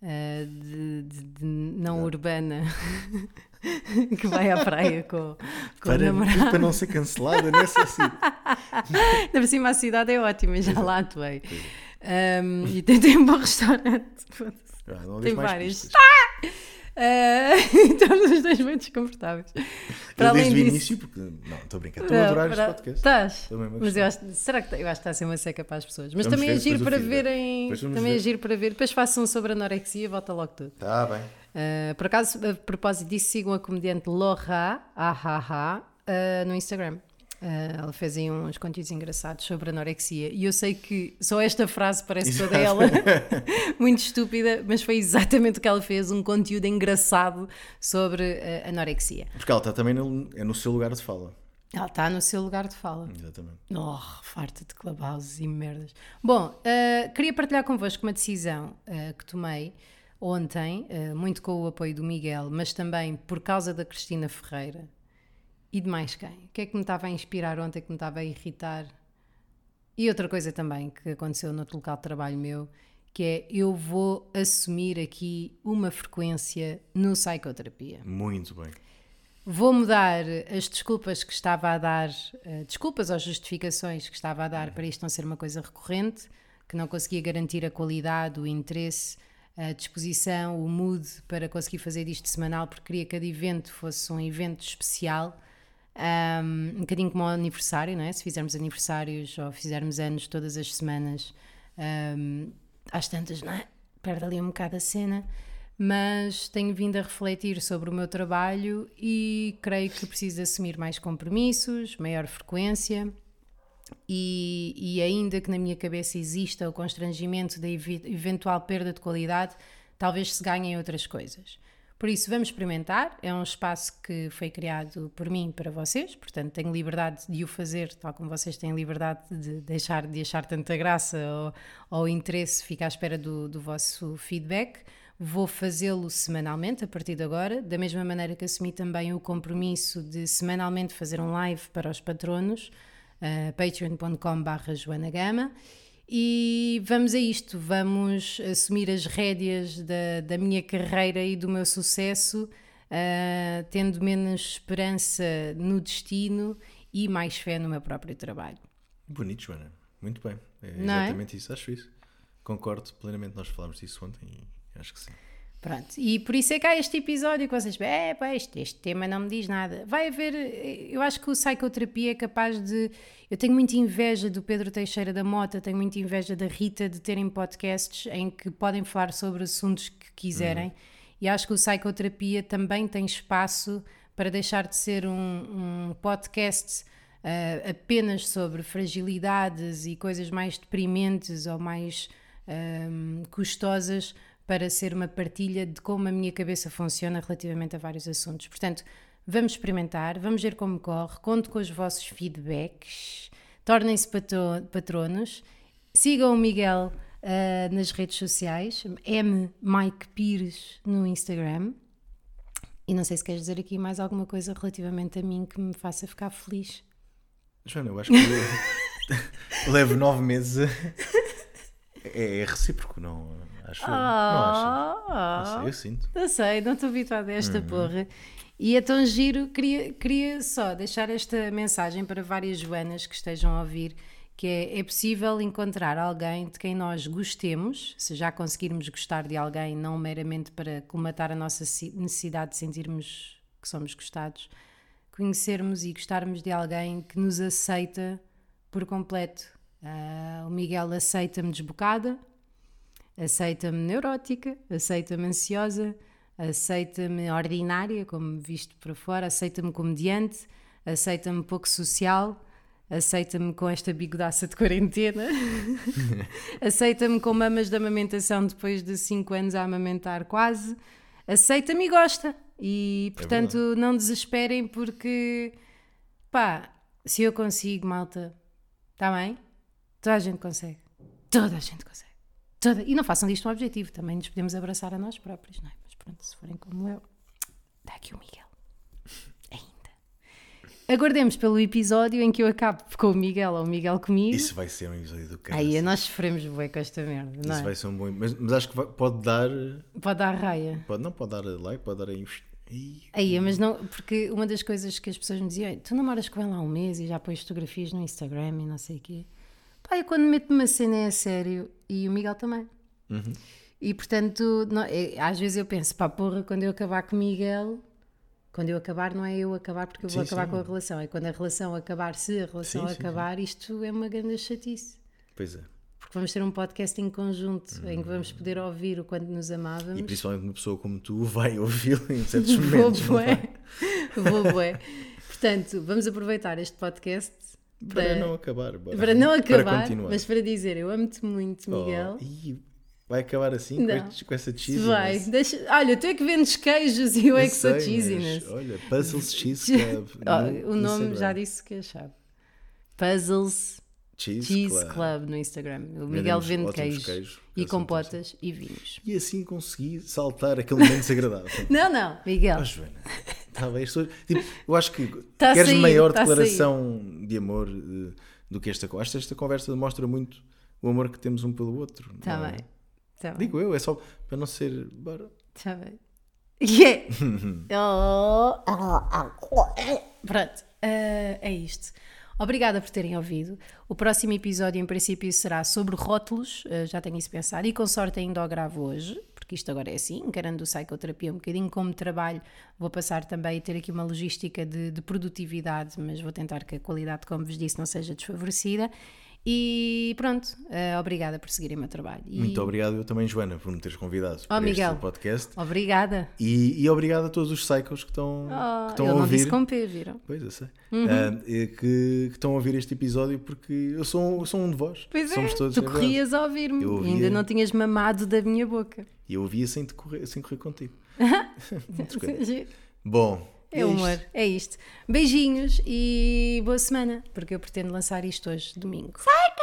Speaker 1: ah, de, de- de não urbana que vai à praia com, com o
Speaker 2: Para,
Speaker 1: namorado.
Speaker 2: para não ser cancelada nessa assim.
Speaker 1: Ainda por cima a cidade é ótima, já lá atuei.
Speaker 2: é.
Speaker 1: Um, e tem, tem um bom restaurante. foda-se.
Speaker 2: Ah, não
Speaker 1: Tem
Speaker 2: diz mais
Speaker 1: várias.
Speaker 2: pistas.
Speaker 1: Ah, estamos os dois bem desconfortáveis.
Speaker 2: Eu desde o início, porque. Não, estou a brincar. Estou a adorar este podcast.
Speaker 1: Estás.
Speaker 2: Também vou
Speaker 1: Mas eu
Speaker 2: gostar.
Speaker 1: acho, será que, eu acho que está a ser uma seca para as pessoas. Mas
Speaker 2: Vamos
Speaker 1: também
Speaker 2: ver
Speaker 1: é giro
Speaker 2: depois o
Speaker 1: para
Speaker 2: feedback.
Speaker 1: verem.
Speaker 2: Depois vamos
Speaker 1: Também é
Speaker 2: ver.
Speaker 1: giro para ver. Depois façam um sobre anorexia e volta logo tudo.
Speaker 2: Está Tá bem.
Speaker 1: Ah, por acaso, a propósito disso, sigam a comediante Laura Ahaha eh, no Instagram. Ah, ela fez aí uns conteúdos engraçados sobre anorexia e eu sei que só esta frase parece toda ela muito estúpida, mas foi exatamente o que ela fez, um conteúdo engraçado sobre ah, anorexia.
Speaker 2: Porque ela está também no, é no seu lugar de fala.
Speaker 1: Ela está no seu lugar de fala.
Speaker 2: Exatamente.
Speaker 1: Oh, farta de clubhouses e merdas. Bom, ah, queria partilhar convosco uma decisão ah, que tomei ontem, ah, muito com o apoio do Miguel, mas também por causa da Cristina Ferreira e de mais quem. O que é que me estava a inspirar ontem, que me estava a irritar? E outra coisa também que aconteceu no outro local de trabalho meu, que é eu vou assumir aqui uma frequência no psicoterapia.
Speaker 2: Muito bem.
Speaker 1: Vou mudar as desculpas que estava a dar, eh, desculpas ou justificações que estava a dar para isto não ser uma coisa recorrente, que não conseguia garantir a qualidade, o interesse, a disposição, o mood para conseguir fazer disto semanal, porque queria que cada evento fosse um evento especial, ahm, um bocadinho como o aniversário, não é? Se fizermos aniversários ou fizermos anos todas as semanas, ahm, às tantas, não é? Perde ali um bocado a cena mas tenho vindo a refletir sobre o meu trabalho e creio que preciso de assumir mais compromissos, maior frequência. E, e ainda que na minha cabeça exista o constrangimento da evi- eventual perda de qualidade, talvez se ganhem outras coisas. Por isso, vamos experimentar. É um espaço que foi criado por mim para vocês, portanto, tenho liberdade de o fazer, tal como vocês têm liberdade de deixar de achar tanta graça ou, ou interesse, fica à espera do, do vosso feedback. Vou fazê-lo semanalmente a partir de agora, da mesma maneira que assumi também o compromisso de semanalmente fazer um live para os patronos uh, patreon.com.br Joana Gama e vamos a isto, vamos assumir as rédeas da, da minha carreira e do meu sucesso, uh, tendo menos esperança no destino e mais fé no meu próprio trabalho.
Speaker 2: Bonito, Joana. Muito bem. É
Speaker 1: Não é?
Speaker 2: exatamente isso. Acho isso. Concordo plenamente. Nós falámos disso ontem e acho que sim.
Speaker 1: Pronto, e por isso é que há este episódio que vocês é, pá, este, este tema não me diz nada. Vai haver, eh, eu acho que o psicoterapia é capaz de. Eu tenho muita inveja do Pedro Teixeira da Mota, tenho muita inveja da Rita de terem podcasts em que podem falar sobre assuntos que quiserem. E acho que o psicoterapia também tem espaço para deixar de ser um, um podcast ah, apenas sobre fragilidades e coisas mais deprimentes ou mais ahm, custosas para ser uma partilha de como a minha cabeça funciona relativamente a vários assuntos. Portanto, vamos experimentar, vamos ver como corre, conto com os vossos feedbacks, tornem-se patro- patronos, sigam o Miguel ah, nas redes sociais, M Mike Pires no Instagram. E não sei se queres dizer aqui mais alguma coisa relativamente a mim que me faça ficar feliz.
Speaker 2: Joana, eu acho que eu levo nove meses. a- É, é recíproco, não? Acho eu. Não achas? Não sei, Uhum. eu sinto.
Speaker 1: Ah, Não sei, não estou habituada a esta porra. E é tão giro, queria, queria só deixar esta mensagem para várias Joanas que estejam a ouvir, que é, é possível encontrar alguém de quem nós gostemos, se já conseguirmos gostar de alguém, não meramente para colmatar a nossa si- necessidade de sentirmos que somos gostados, conhecermos e gostarmos de alguém que nos aceita por completo. Ah, o Miguel aceita-me desbocada, aceita-me neurótica, aceita-me ansiosa, aceita-me ordinária, como visto para fora, aceita-me comediante, aceita-me pouco social, aceita-me com esta bigodaça de quarentena, aceita-me com mamas de amamentação depois de 5 anos a amamentar quase, aceita-me e gosta. E portanto, não desesperem porque pá, se eu consigo, malta, está bem? Toda a gente consegue. Toda a gente consegue. Toda- E não façam disto um objetivo, também nos podemos abraçar a nós próprios, não é? Mas pronto, se forem como eu, está aqui o Miguel. Ainda. Aguardemos pelo episódio em que eu acabo com o Miguel ou o Miguel comigo.
Speaker 2: Isso vai ser um episódio do cara.
Speaker 1: Aí nós sofremos bué com esta merda, não
Speaker 2: Isso
Speaker 1: é?
Speaker 2: vai ser um bom. Mas, mas acho que vai- pode dar.
Speaker 1: Pode dar raia.
Speaker 2: Pode, não pode dar like, pode dar aí. Ih,
Speaker 1: Aí, mas não, porque uma das coisas que as pessoas me diziam, "Ei, tu namoras com ela há um mês e já pões fotografias no Instagram e não sei o quê. Pá, eu quando meto uma cena é a sério e o Miguel também.
Speaker 2: Uhum.
Speaker 1: E portanto, não- é- às vezes eu penso, pá, porra, quando eu acabar com o Miguel, quando eu acabar, não é eu acabar porque eu vou
Speaker 2: Sim,
Speaker 1: acabar
Speaker 2: sim.
Speaker 1: com a relação, é quando a relação acabar, se a relação
Speaker 2: Sim, sim,
Speaker 1: acabar, isto é uma grande chatice.
Speaker 2: Pois é.
Speaker 1: Porque vamos ter um podcast em conjunto em que vamos poder ouvir o quanto nos amávamos.
Speaker 2: E principalmente uma pessoa como tu vai ouvi-lo em certos
Speaker 1: Hum. Vou
Speaker 2: momentos. não é?
Speaker 1: bué.
Speaker 2: vai? é?
Speaker 1: Vou bué. Portanto, vamos aproveitar este podcast
Speaker 2: Para
Speaker 1: para, para não,
Speaker 2: não acabar. bora.
Speaker 1: acabar,
Speaker 2: Para continuar.
Speaker 1: mas para dizer eu amo-te muito,
Speaker 2: Oh,
Speaker 1: Miguel.
Speaker 2: ih, vai acabar assim com,
Speaker 1: Não.
Speaker 2: este- com essa né? cheesiness.
Speaker 1: Vai, deixa, olha, tu é que vendes queijos e eu é
Speaker 2: Eu
Speaker 1: que sou
Speaker 2: sei, mas
Speaker 1: cheesiness.
Speaker 2: Olha, Puzzles Cheese Club. é
Speaker 1: Oh,
Speaker 2: no
Speaker 1: o nome
Speaker 2: Instagram.
Speaker 1: já disse que é chave. Puzzles
Speaker 2: Cheese,
Speaker 1: Cheese
Speaker 2: Club.
Speaker 1: Club. no Instagram. O Miguel vende
Speaker 2: ótimos
Speaker 1: queijos,
Speaker 2: queijos.
Speaker 1: e
Speaker 2: Eu sou um
Speaker 1: compotas e vinhos.
Speaker 2: E assim consegui saltar aquele momento desagradável.
Speaker 1: Não, não, Miguel.
Speaker 2: Ah, Joana, tá bem, estou- tipo, eu acho que
Speaker 1: Tá a
Speaker 2: queres
Speaker 1: sair,
Speaker 2: maior
Speaker 1: tá a
Speaker 2: declaração de amor eh, do que esta conversa. Esta conversa demonstra muito o amor que temos um pelo outro. não
Speaker 1: Está
Speaker 2: é?
Speaker 1: bem. Tá bem.
Speaker 2: Digo eu, é só para não ser. Bora.
Speaker 1: Tá bem. Yeah. Oh. Pronto, eh, é isto. Obrigada por terem ouvido. O próximo episódio, em princípio, será sobre rótulos. eh, já tenho isso pensado. E com sorte ainda o gravo hoje, porque isto agora é assim, encarando o psicoterapia um bocadinho como trabalho. Vou passar também a ter aqui uma logística de, de produtividade, mas vou tentar que a qualidade, como vos disse, não seja desfavorecida. E pronto, eh, obrigada por seguirem o meu trabalho. E-
Speaker 2: Muito obrigado, eu também, Joana, por me teres convidado
Speaker 1: Oh,
Speaker 2: para
Speaker 1: Miguel.
Speaker 2: este podcast.
Speaker 1: Obrigada.
Speaker 2: E, e obrigado a todos os psychos que estão, que
Speaker 1: Ah, eu
Speaker 2: estão a
Speaker 1: não
Speaker 2: ouvir.
Speaker 1: disse com Uhum. P, viram?
Speaker 2: Pois, eu sei. Ah, é que, que estão a ouvir este episódio porque eu sou, eu sou um de vós.
Speaker 1: Pois
Speaker 2: Somos
Speaker 1: é,
Speaker 2: todos.
Speaker 1: tu
Speaker 2: é verdade.
Speaker 1: corrias a ouvir-me
Speaker 2: Eu
Speaker 1: e
Speaker 2: ouvia.
Speaker 1: ainda não tinhas mamado da minha boca.
Speaker 2: E eu ouvia sem, te correr, sem correr contigo. Muito bem.
Speaker 1: Giro.
Speaker 2: Bom.
Speaker 1: É
Speaker 2: isto.
Speaker 1: humor, é isto. Beijinhos e boa semana, porque eu pretendo lançar isto hoje, domingo. Psycho!